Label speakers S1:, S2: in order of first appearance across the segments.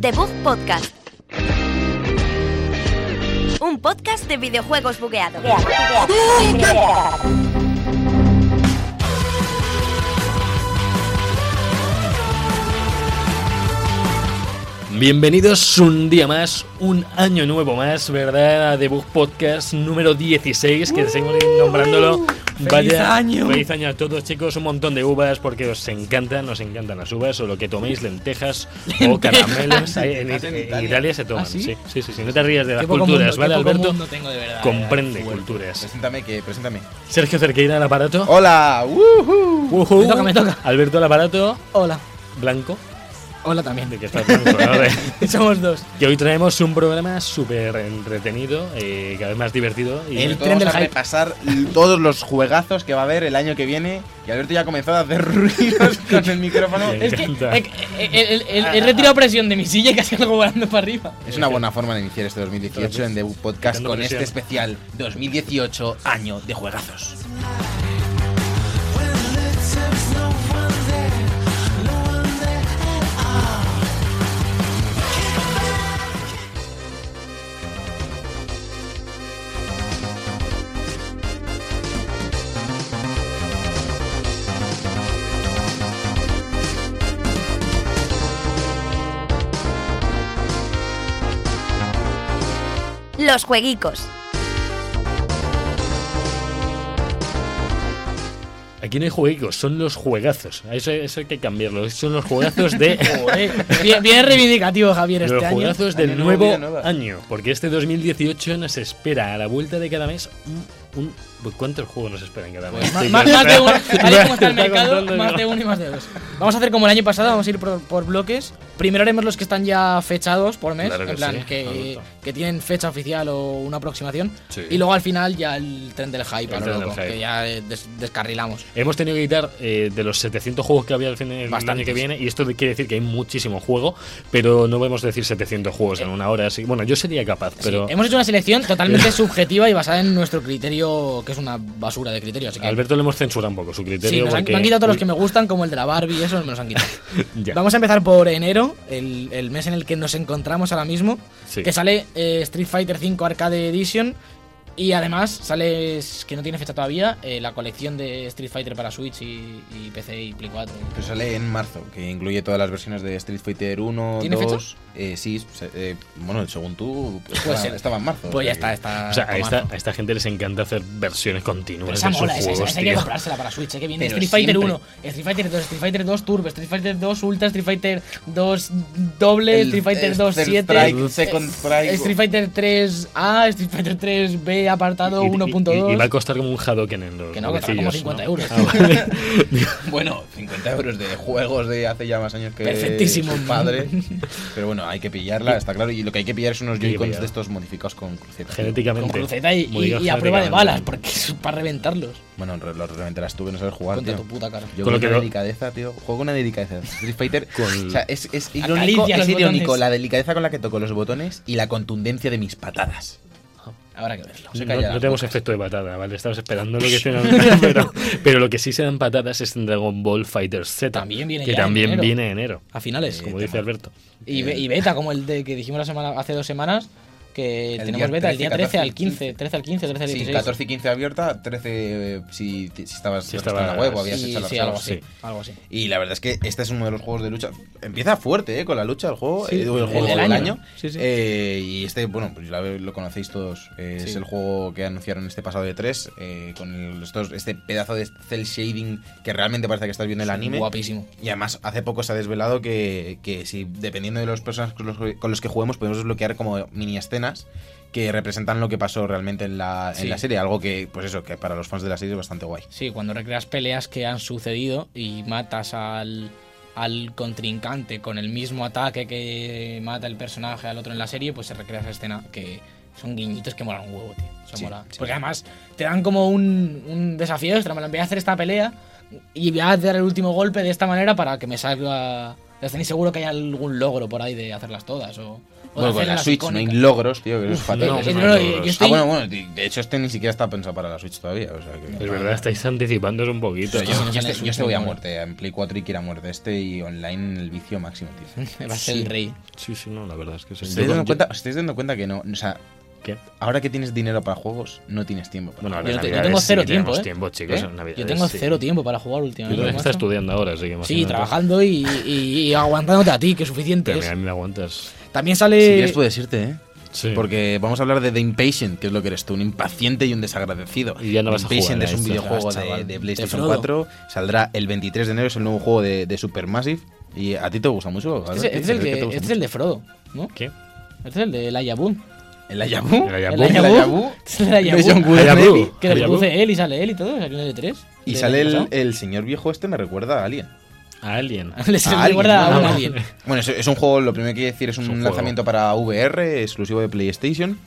S1: The Bug Podcast. Un podcast de videojuegos bugueado.
S2: Bienvenidos un día más, un año nuevo más, ¿verdad? A Debug Podcast número 16, que seguimos nombrándolo.
S3: año!
S2: Feliz año a todos, chicos. Un montón de uvas porque os encantan, nos encantan las uvas, o lo que toméis, lentejas o caramelos. Ahí En, en Italia se toman,
S3: ¿Ah, sí?
S2: sí? Sí, sí, sí. No te rías de las
S3: Qué poco
S2: culturas,
S3: mundo,
S2: ¿vale,
S3: qué poco
S2: Alberto?
S3: mundo tengo de verdad. eh.
S2: Comprende
S3: Fuerte.
S2: culturas.
S4: Preséntame, que preséntame.
S2: Sergio Cerqueira al aparato.
S4: Hola, uh, ¡Wuhu!
S2: Ujú.
S3: Oh, Me toca, me toca.
S2: Alberto al aparato.
S3: Hola.
S2: Blanco.
S3: Hola
S2: De
S3: también.
S2: que estás blanco, ¿no? De-
S3: Somos dos.
S2: Y hoy traemos un programa súper entretenido, eh, cada vez más divertido. Y
S3: El
S4: Sobre todo
S3: tren del
S4: vamos a
S3: hype.
S4: repasar l- todos los juegazos que va a haber el año que viene. Y Alberto ya ha comenzado a hacer ruidos con el micrófono.
S2: Bien.
S3: Es que
S2: encanta.
S3: eh, eh, eh, eh, he retirado presión de mi silla y casi algo volando para arriba.
S4: Es una buena forma de iniciar este 2018 en Debut Podcast
S2: Quitando
S4: con este
S2: presión.
S4: especial 2018 año de juegazos.
S1: Los jueguicos.
S2: Aquí no hay juegos, son los juegazos. Eso, eso hay que cambiarlo. Son los juegazos de.
S3: Bien, bien reivindicativo, Javier,
S2: los
S3: este año.
S2: juegazos del
S4: Año nuevo,
S2: nuevo
S4: vida nueva.
S2: año. Porque este 2018 nos espera a la vuelta de cada mes un. un- ¿Cuántos juegos nos esperan cada mes?
S3: Pues Ma-
S2: Sí,
S3: ma-
S2: claro.
S3: Más de uno, tal y como está el
S2: Está
S3: mercado,
S2: contando,
S3: más
S2: ¿no?
S3: de uno y más de dos. Vamos a hacer como el año pasado, vamos a ir por, por bloques. Primero haremos los que están ya fechados por mes,
S2: Claro que
S3: en plan,
S2: sí,
S3: que,
S2: correcto.
S3: que tienen fecha oficial o una aproximación.
S2: Sí.
S3: Y luego al final ya el tren del hype, a
S2: El
S3: lo
S2: tren del
S3: loco,
S2: hype.
S3: que ya eh, des- descarrilamos.
S2: Hemos tenido que quitar eh, de los 700 juegos que había al fin del año
S3: Bastantes.
S2: que viene, y esto de- quiere decir que hay muchísimo juego, pero no podemos decir 700 juegos en una hora. Así. Bueno, yo sería capaz,
S3: Eh, Sí,
S2: pero.
S3: hemos hecho una selección totalmente subjetiva y basada en nuestro criterio, que es una basura de criterio. Así que,
S2: A Alberto le hemos censurado un poco su criterio.
S3: sí, nos han,
S2: porque-
S3: me han quitado todos los que me gustan, como el de la Barbie, eso me los han quitado.
S2: Ya.
S3: Vamos a empezar por enero, el, el mes en el que nos encontramos ahora mismo,
S2: Sí.
S3: que sale eh, Street Fighter V Arcade Edition y además sale, es que no tiene fecha todavía, eh, la colección de Street Fighter para Switch y, y PC y Play 4.
S4: Pero sale en marzo, que incluye todas las versiones de Street Fighter 1,
S3: ¿Tiene
S4: 2. eh, sí, se- eh, bueno, según tú, estaba,
S3: ser.
S4: estaba en marzo.
S3: Pues ya
S4: o
S3: está,
S4: sea que-
S3: está.
S2: O sea, a
S3: tomazo.
S2: esta, a esta gente les encanta hacer versiones
S3: Pero
S2: continuas
S3: esa
S2: de sus
S3: mola, esa, esa
S2: juegos,
S3: hay que
S2: tío.
S3: comprársela para Switch. Hay que viene
S4: Pero
S3: Street Fighter
S4: siempre.
S3: 1, Street Fighter 2, Street Fighter 2 Turbo, Street Fighter 2 Ultra, Street Fighter 2 Doble,
S4: El-
S3: Street Fighter
S4: el
S3: 2
S4: Third
S3: 7.
S4: Strike, Second Strike.
S3: Street Fighter 3A, Street Fighter 3B, apartado
S2: Y- y- Y, y va a
S3: 1.2.
S2: costar como un Hadoken en los
S3: Que no, que costará como
S2: bolsillos,
S3: 50
S2: ¿no?
S3: euros.
S2: Ah, vale.
S4: Bueno, 50 euros de juegos de hace ya más años que
S3: Perfectísimo.
S4: su padre. Pero bueno, hay que pillarla, está claro. Y lo que hay que pillar son unos
S2: Hay que
S4: Joy-Cons
S2: pillar.
S4: de estos modificados con cruceta.
S3: Con
S2: Genéticamente.
S3: cruceta y,
S2: Muy
S3: y- y a prueba de
S2: genéticamente.
S3: balas, porque es para reventarlos.
S4: Bueno, re- los reventarás tú que no sabes jugar,
S3: Contra
S4: tío.
S3: tu puta cara.
S2: Con
S4: Yo con
S2: lo que
S4: una
S2: no-
S4: delicadeza, tío. Juego con una delicadeza. Street Fighter.
S2: Con-
S4: O sea, es, es
S3: Acaricia
S4: irónico,
S3: los
S4: es irónico
S3: botones.
S4: la delicadeza con la que toco los botones y la contundencia de mis patadas.
S3: Habrá que verlo.
S2: No,
S4: Se calla
S2: no
S4: la
S2: tenemos efecto de patada, ¿vale? Estamos esperando lo que se nos- pero, pero lo que sí se dan patadas es en Dragon Ball Fighter Z.
S3: También viene
S2: Que
S3: ya en
S2: también
S3: enero. Ah,
S2: viene enero.
S3: A finales. eh,
S2: Como dice Alberto.
S3: Y, be- y beta, como el de que dijimos la semana, hace dos semanas, que
S4: El
S3: tenemos
S4: día
S3: beta el
S4: 13,
S3: día 13 al
S4: 14,
S3: 15, 13 al 15, 13 al
S4: Sí,
S3: 16.
S4: 14 y 15 abierta, 13 eh, si, si estabas
S2: Si
S4: registrado en la
S2: estabas-
S4: web o Pues habías
S3: Sí,
S4: hecho la
S3: sí, algo así.
S2: sí.
S3: Algo así.
S4: Y la verdad es que este es uno de los juegos de lucha. Empieza fuerte, ¿eh? Con la lucha, el juego.
S3: Sí,
S4: eh, el juego
S3: el del
S4: del
S3: año.
S4: año.
S3: Sí, sí.
S4: Eh, y este, bueno, pues la- lo conocéis todos. eh, Es
S3: Sí.
S4: el juego que anunciaron este pasado de 3. con el- estos- este pedazo de cel shading que realmente parece que estás viendo el anime.
S3: Guapísimo.
S4: Y además, hace poco se ha desvelado que, que si, dependiendo de los personas con los, con los que juguemos, podemos desbloquear como mini escenas que representan lo que pasó realmente en la, en
S3: Sí.
S4: la serie. Algo que, pues eso, que para los fans de la serie es bastante guay.
S3: Sí, cuando recreas peleas que han sucedido y matas al, al contrincante con el mismo ataque que mata el personaje al otro en la serie, pues se recrea esa escena que son guiñitos que molan un huevo, tío. Eso
S4: Sí,
S3: mola.
S4: sí.
S3: Porque además te dan como un, un desafío extra, me voy a hacer esta pelea y voy a dar el último golpe de esta manera para que me salga... Ya tenéis seguro que hay algún logro por ahí de hacerlas todas o,
S4: Bueno,
S3: hacer
S4: con la
S3: las
S4: Switch no hay
S3: icónicas.
S4: logros, tío, que eso es fatal.
S2: no,
S3: Eh,
S2: no,
S3: eh,
S2: no,
S3: no,
S2: no,
S3: yo
S2: no.
S3: yo
S4: Ah,
S3: estoy-
S4: bueno, bueno, de de hecho este ni siquiera está pensado para la Switch todavía, o sea que...
S2: Es verdad, este estáis anticipándose un poquito.
S4: Pero
S3: Sí,
S4: yo,
S3: sí,
S4: yo
S3: sí,
S4: este,
S3: sí,
S4: yo este
S3: sí,
S4: voy a
S3: sí,
S4: muerte, en Play 4 y quiero a muerte este y online el vicio máximo, tío.
S3: Va a ser el rey.
S2: Sí, sí, no, la verdad es que sí.
S4: ¿Os
S2: Yo
S4: estáis, dando
S2: con- yo-
S4: cuenta, os estáis dando cuenta que no? O sea,
S2: ¿Qué?
S4: ahora que tienes dinero para juegos, no tienes tiempo. Para
S2: Bueno,
S4: juegos.
S2: ahora
S3: Yo no te- yo
S2: Navidades
S3: tengo
S2: sí
S3: cero
S2: que tenemos
S3: tiempo, ¿eh?
S2: tiempo, chicos.
S4: ¿Eh?
S2: en Navidades
S3: Yo tengo
S2: sí.
S3: cero tiempo para jugar
S2: Yo
S3: últimamente.
S2: creo que está
S3: macho.
S2: estudiando ahora, así que imagínate.
S3: Sí, trabajando y, y- y aguantándote a ti, que suficiente
S2: Pero
S3: es.
S2: mira, a mí me aguantas.
S3: También
S4: Si
S3: sale.
S4: quieres puedes irte, ¿eh?
S2: Sí.
S4: Porque vamos a hablar de The Impatient, que es lo que eres tú, un impaciente y un desagradecido.
S2: Y ya no
S4: The
S2: vas a
S4: Impatient
S2: jugar a
S4: es un
S2: esto,
S4: videojuego de,
S3: Ah, chaval.
S4: de
S3: De
S4: PlayStation
S3: Frodo.
S4: 4, saldrá el 23 de enero, es el nuevo juego de, de Supermassive. Y a ti te gusta mucho.
S3: este, es, este
S4: Alberto?
S3: es el
S4: ¿Crees que
S3: que-
S4: te
S3: este
S4: gusta
S3: es
S4: mucho?
S3: el de Frodo, ¿no?
S2: ¿Qué?
S3: Este es el de Laia Boone.
S4: ¿El Ayabu?
S2: El
S3: El
S2: Ayabu.
S3: Laia
S4: ¿El
S3: Boone.
S4: Ayabu?
S3: Este es el Laia
S4: De
S3: Boone,
S4: John Wayne
S2: Ayabu.
S4: Levy.
S3: Que lo
S2: Laia
S3: produce él y sale él y todo, salió en el E3.
S4: Y
S3: del
S4: sale
S3: año
S4: el,
S3: pasado.
S4: el señor viejo este, me recuerda a Alien.
S2: Alien.
S3: Le se
S4: A
S3: le guarda a
S4: ¿no?
S3: un alien.
S4: eh, Ah, Bueno, es, es un juego, lo primero que quiero decir es un,
S2: un juego.
S4: lanzamiento para VR, exclusivo de PlayStation.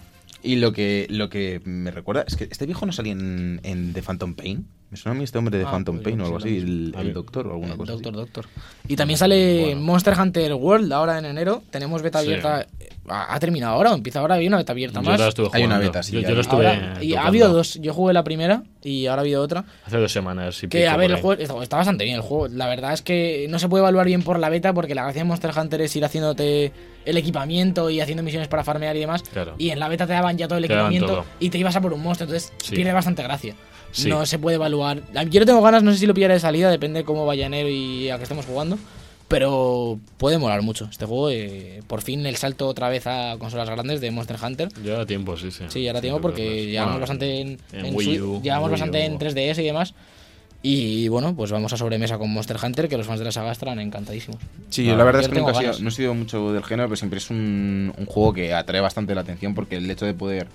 S4: Y lo que, lo que me recuerda es que este viejo no salía en, en The Phantom Pain. Me suena a mí este hombre de
S3: Ah,
S4: Phantom
S3: pues yo
S4: Pain o
S3: sí
S4: algo
S3: lo
S4: así,
S3: he
S4: el,
S2: A
S4: el
S2: ver,
S4: doctor o alguna
S3: El
S4: cosa. así.
S3: Doctor, Doctor. Y también sale
S2: Bueno.
S3: Monster Hunter World ahora en enero. Tenemos beta
S2: Sí.
S3: abierta. ¿Ha ha terminado ahora o empieza ahora? Hay una beta abierta
S2: Yo
S3: más.
S2: la estuve
S4: Hay
S2: jugando.
S4: una beta, sí,
S2: yo, yo
S4: hay
S2: la
S4: una.
S2: estuve. eh,
S3: Ahora- y ha
S2: tocando
S3: habido dos. Yo jugué la primera y ahora ha habido otra.
S2: Hace dos semanas. y
S3: Que
S2: pico
S3: a
S2: por
S3: ver, el
S2: ahí.
S3: juego está, está bastante bien el juego. La verdad es que no se puede evaluar bien por la beta porque la gracia de Monster Hunter es ir haciéndote el equipamiento y haciendo misiones para farmear y demás.
S2: Claro.
S3: Y en la beta te daban ya todo el
S2: Te daban
S3: equipamiento
S2: todo.
S3: y te ibas a por un monstruo, entonces
S2: Sí.
S3: pierde bastante gracia.
S2: Sí.
S3: No se puede evaluar. Yo le tengo ganas, no sé si lo pillaré de salida, depende cómo vaya enero y a qué estemos jugando. Pero puede molar mucho este juego. eh, por fin el salto otra vez a consolas grandes de Monster Hunter.
S2: Ya da tiempo, sí, sí.
S3: Sí, ahora
S2: Sí,
S3: tengo
S2: de
S3: porque
S2: verdad.
S3: llevamos
S2: Bueno,
S3: bastante en,
S2: en
S3: en
S2: Wii
S3: Switch,
S2: U,
S3: llevamos
S2: en Wii
S3: bastante
S2: U.
S3: en 3DS y demás. Y bueno, pues vamos a sobremesa con Monster Hunter, que los fans de la saga estarán encantadísimos.
S4: Sí,
S3: Ah,
S4: yo la verdad
S3: yo
S4: es que
S3: tengo
S4: nunca he sido,
S3: ganas.
S4: no he sido mucho del género, pero siempre es un, un juego que atrae bastante la atención porque el hecho de poder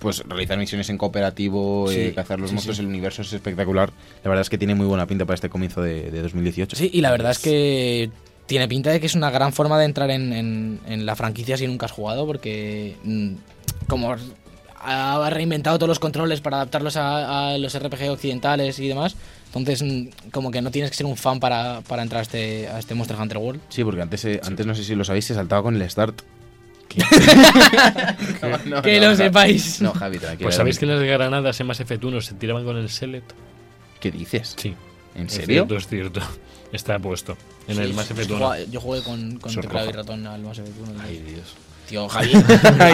S4: pues realizar misiones en cooperativo,
S3: Sí,
S4: eh, cazar los
S3: sí,
S4: monstruos,
S3: sí.
S4: el universo es espectacular. La verdad es que tiene muy buena pinta para este comienzo de, de 2018.
S3: Sí, y la verdad es que tiene pinta de que es una gran forma de entrar en, en- en la franquicia si nunca has jugado, porque mm, como ha reinventado todos los controles para adaptarlos a, a los RPG occidentales y demás, entonces mm, como que no tienes que ser un fan para, para entrar a este, a este Monster Hunter World.
S4: Sí, porque antes, eh, antes no sé si lo sabéis, se saltaba con el start. No, no,
S3: que
S4: no,
S3: lo
S4: Javi.
S3: sepáis.
S4: No, Javi, tranquilo.
S2: Pues sabéis que las granadas en Mass Effect 1 se tiraban con el Select.
S4: ¿Qué dices?
S2: Sí.
S4: ¿En
S2: Es
S4: serio?
S2: cierto, es cierto. Está puesto. En
S3: Sí,
S2: el Mass
S3: sí,
S2: Effect
S3: sí,
S2: 1.
S3: juega- Yo jugué con, con
S4: Eso es
S3: teclado y
S4: roja.
S3: ratón al Mass Effect 1.
S2: Ay, Dios.
S3: Tío, Javier,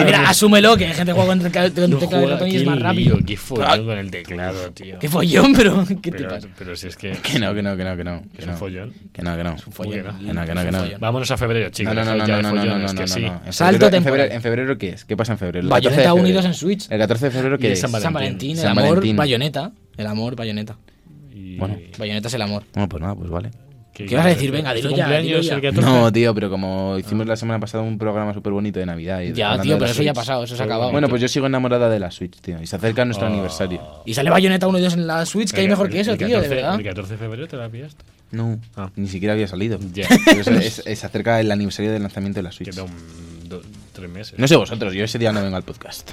S3: mira, asúmelo que hay gente que juega con teclado, con
S2: No
S3: teclado y
S2: juega
S3: ratón y
S2: aquí
S3: es más
S2: el
S3: rápido. Ah,
S2: lío, Qué follón con el teclado, tío.
S3: Qué follón, pero qué te
S2: pero,
S3: pasa?
S2: pero si es que.
S4: Que no, que no, que no, que no. Que
S2: Es un
S4: no,
S2: follón.
S4: que no. Que no,
S3: Un follón.
S2: Uy,
S4: que no, que no, que no.
S3: follón.
S2: Vámonos a febrero,
S4: No,
S2: chicos.
S4: no, no,
S2: ya
S4: no, no,
S2: de
S4: no, no, no,
S2: follones,
S4: no,
S2: que
S4: no,
S2: sí.
S4: no. En
S3: Salto
S4: febrero- en
S3: temporal.
S4: febrero- ¿En febrero qué es? ¿Qué pasa en febrero? El 14 de
S3: Bayoneta
S4: febrero.
S3: unidos en Switch.
S4: El 14 de febrero
S2: Y
S4: qué
S2: es
S4: es?
S2: San
S3: San
S2: Valentín.
S3: Valentín, el
S4: San
S3: amor,
S4: Valentín.
S3: bayoneta. El amor, bayoneta.
S2: Y-
S4: Bueno.
S3: Bayoneta es el amor.
S4: Bueno, pues nada, pues vale.
S2: ¿Qué,
S3: ¿Qué vas a decir? Venga, dilo
S2: ¿Tu
S3: ya,
S2: cumpleaños
S3: dilo
S2: el
S3: ya.
S2: 14?
S4: No, tío, pero como hicimos la semana pasada un programa súper bonito de Navidad. y
S3: Ya,
S4: hablando
S3: tío,
S4: de la
S3: pero eso ya ha
S4: Switch.
S3: pasado, Ah. eso se ha
S2: Pero
S3: acabado.
S4: Bueno, pues yo sigo enamorada de la Switch, tío. Y se acerca nuestro aniversario.
S3: Y sale bayoneta 1 y 2 en la Switch, que hay
S2: Venga,
S3: mejor
S2: el-
S3: que eso,
S2: el
S3: tío, de
S2: 14
S3: verdad.
S2: ¿El 14 de febrero te la pillaste?
S4: No,
S2: Ah.
S4: ni siquiera había salido.
S2: Ya.
S4: Pero se- es- es- Se acerca el aniversario del lanzamiento de la Switch.
S2: Queda un, do- tres meses.
S4: No sé vosotros, yo ese día no vengo al podcast.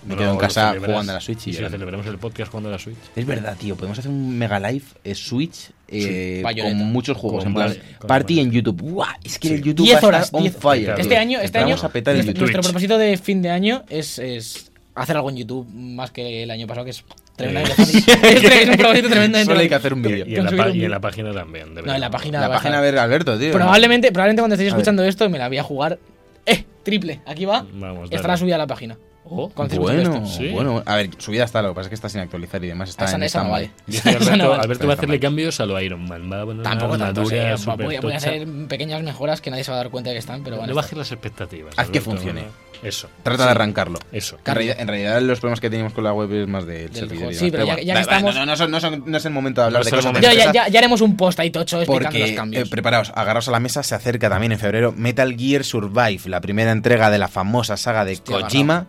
S4: Me
S2: Bueno,
S4: quedo en
S2: lo
S4: casa
S2: celebras.
S4: jugando a la Switch y
S2: Y si lo
S4: llorando.
S2: celebramos el podcast jugando a la Switch.
S4: Es verdad, tío, podemos hacer un mega live eh, Switch eh,
S3: Bayonetta.
S4: con muchos juegos.
S2: Con
S4: en plan,
S2: más- con
S4: party
S2: más-
S4: en YouTube. ¡Buah! Es que el YouTube
S3: 10
S4: va a estar
S3: horas,
S4: on
S3: 10.
S4: fire.
S3: Este
S4: tío.
S3: año, este año,
S4: Vamos a petar el
S3: nuestro-
S4: YouTube.
S3: nuestro
S2: Twitch.
S3: propósito de fin de año es, es hacer algo en YouTube más que el año pasado, que es tremendamente
S2: Eh,
S3: fácil. es, tre- es un propósito tremendamente
S4: Solo hay que hacer un vídeo.
S2: Y en, la,
S3: Conseguir
S2: pa-
S3: un
S2: y en
S3: mil.
S2: la página también.
S3: No, en la página.
S4: La
S3: va a estar-
S4: página a ver, Alberto, tío.
S3: Probablemente, probablemente cuando estéis
S4: A ver.
S3: escuchando esto me la voy a jugar. ¡Eh! Triple, aquí va.
S2: Vamos,
S3: Estará
S2: dale.
S3: subida a la página.
S2: Oh,
S3: Cuando estéis escuchando
S4: Bueno,
S3: esto.
S2: Sí.
S4: bueno. A ver, subida está, lo que pasa es que está sin actualizar y demás. Está
S3: Esa-
S4: en
S3: esa no
S4: stand-by.
S3: vale.
S2: Dice
S3: Esa no
S2: Alberto,
S3: vale.
S2: Alberto
S4: Pero
S2: va a
S4: está
S2: hacerle
S4: mal.
S2: cambios a lo Iron Man. Va a poner
S3: Tampoco
S2: una
S3: tanto,
S2: armadura
S3: sí, voy,
S2: súper
S3: voy a
S2: tocha.
S3: hacer pequeñas mejoras que nadie se va a dar cuenta de que están, pero van a
S2: No
S3: estar.
S2: bajes las expectativas.
S4: Haz que
S2: Alberto,
S4: funcione.
S2: ¿no? Eso,
S4: Trata de arrancarlo.
S2: eso.
S4: En realidad, en realidad los problemas que teníamos con la web es más del servidor.
S3: juego.
S4: y
S3: Sí,
S4: demás,
S3: pero ya- ya
S4: bueno,
S3: que
S4: da- da-
S3: estamos-
S4: No, no, son- no son- no es el momento de hablar
S2: No
S4: de
S2: es el
S4: cosas.
S2: momento.
S3: Ya, ya,
S4: empresas,
S3: ya, ya haremos un post ahí tocho explicando los
S4: Porque,
S3: cambios.
S4: eh, preparaos, agarraos a la mesa, se acerca también en febrero Metal Gear Survive, la primera entrega de la famosa saga de
S3: Hostia,
S4: Kojima,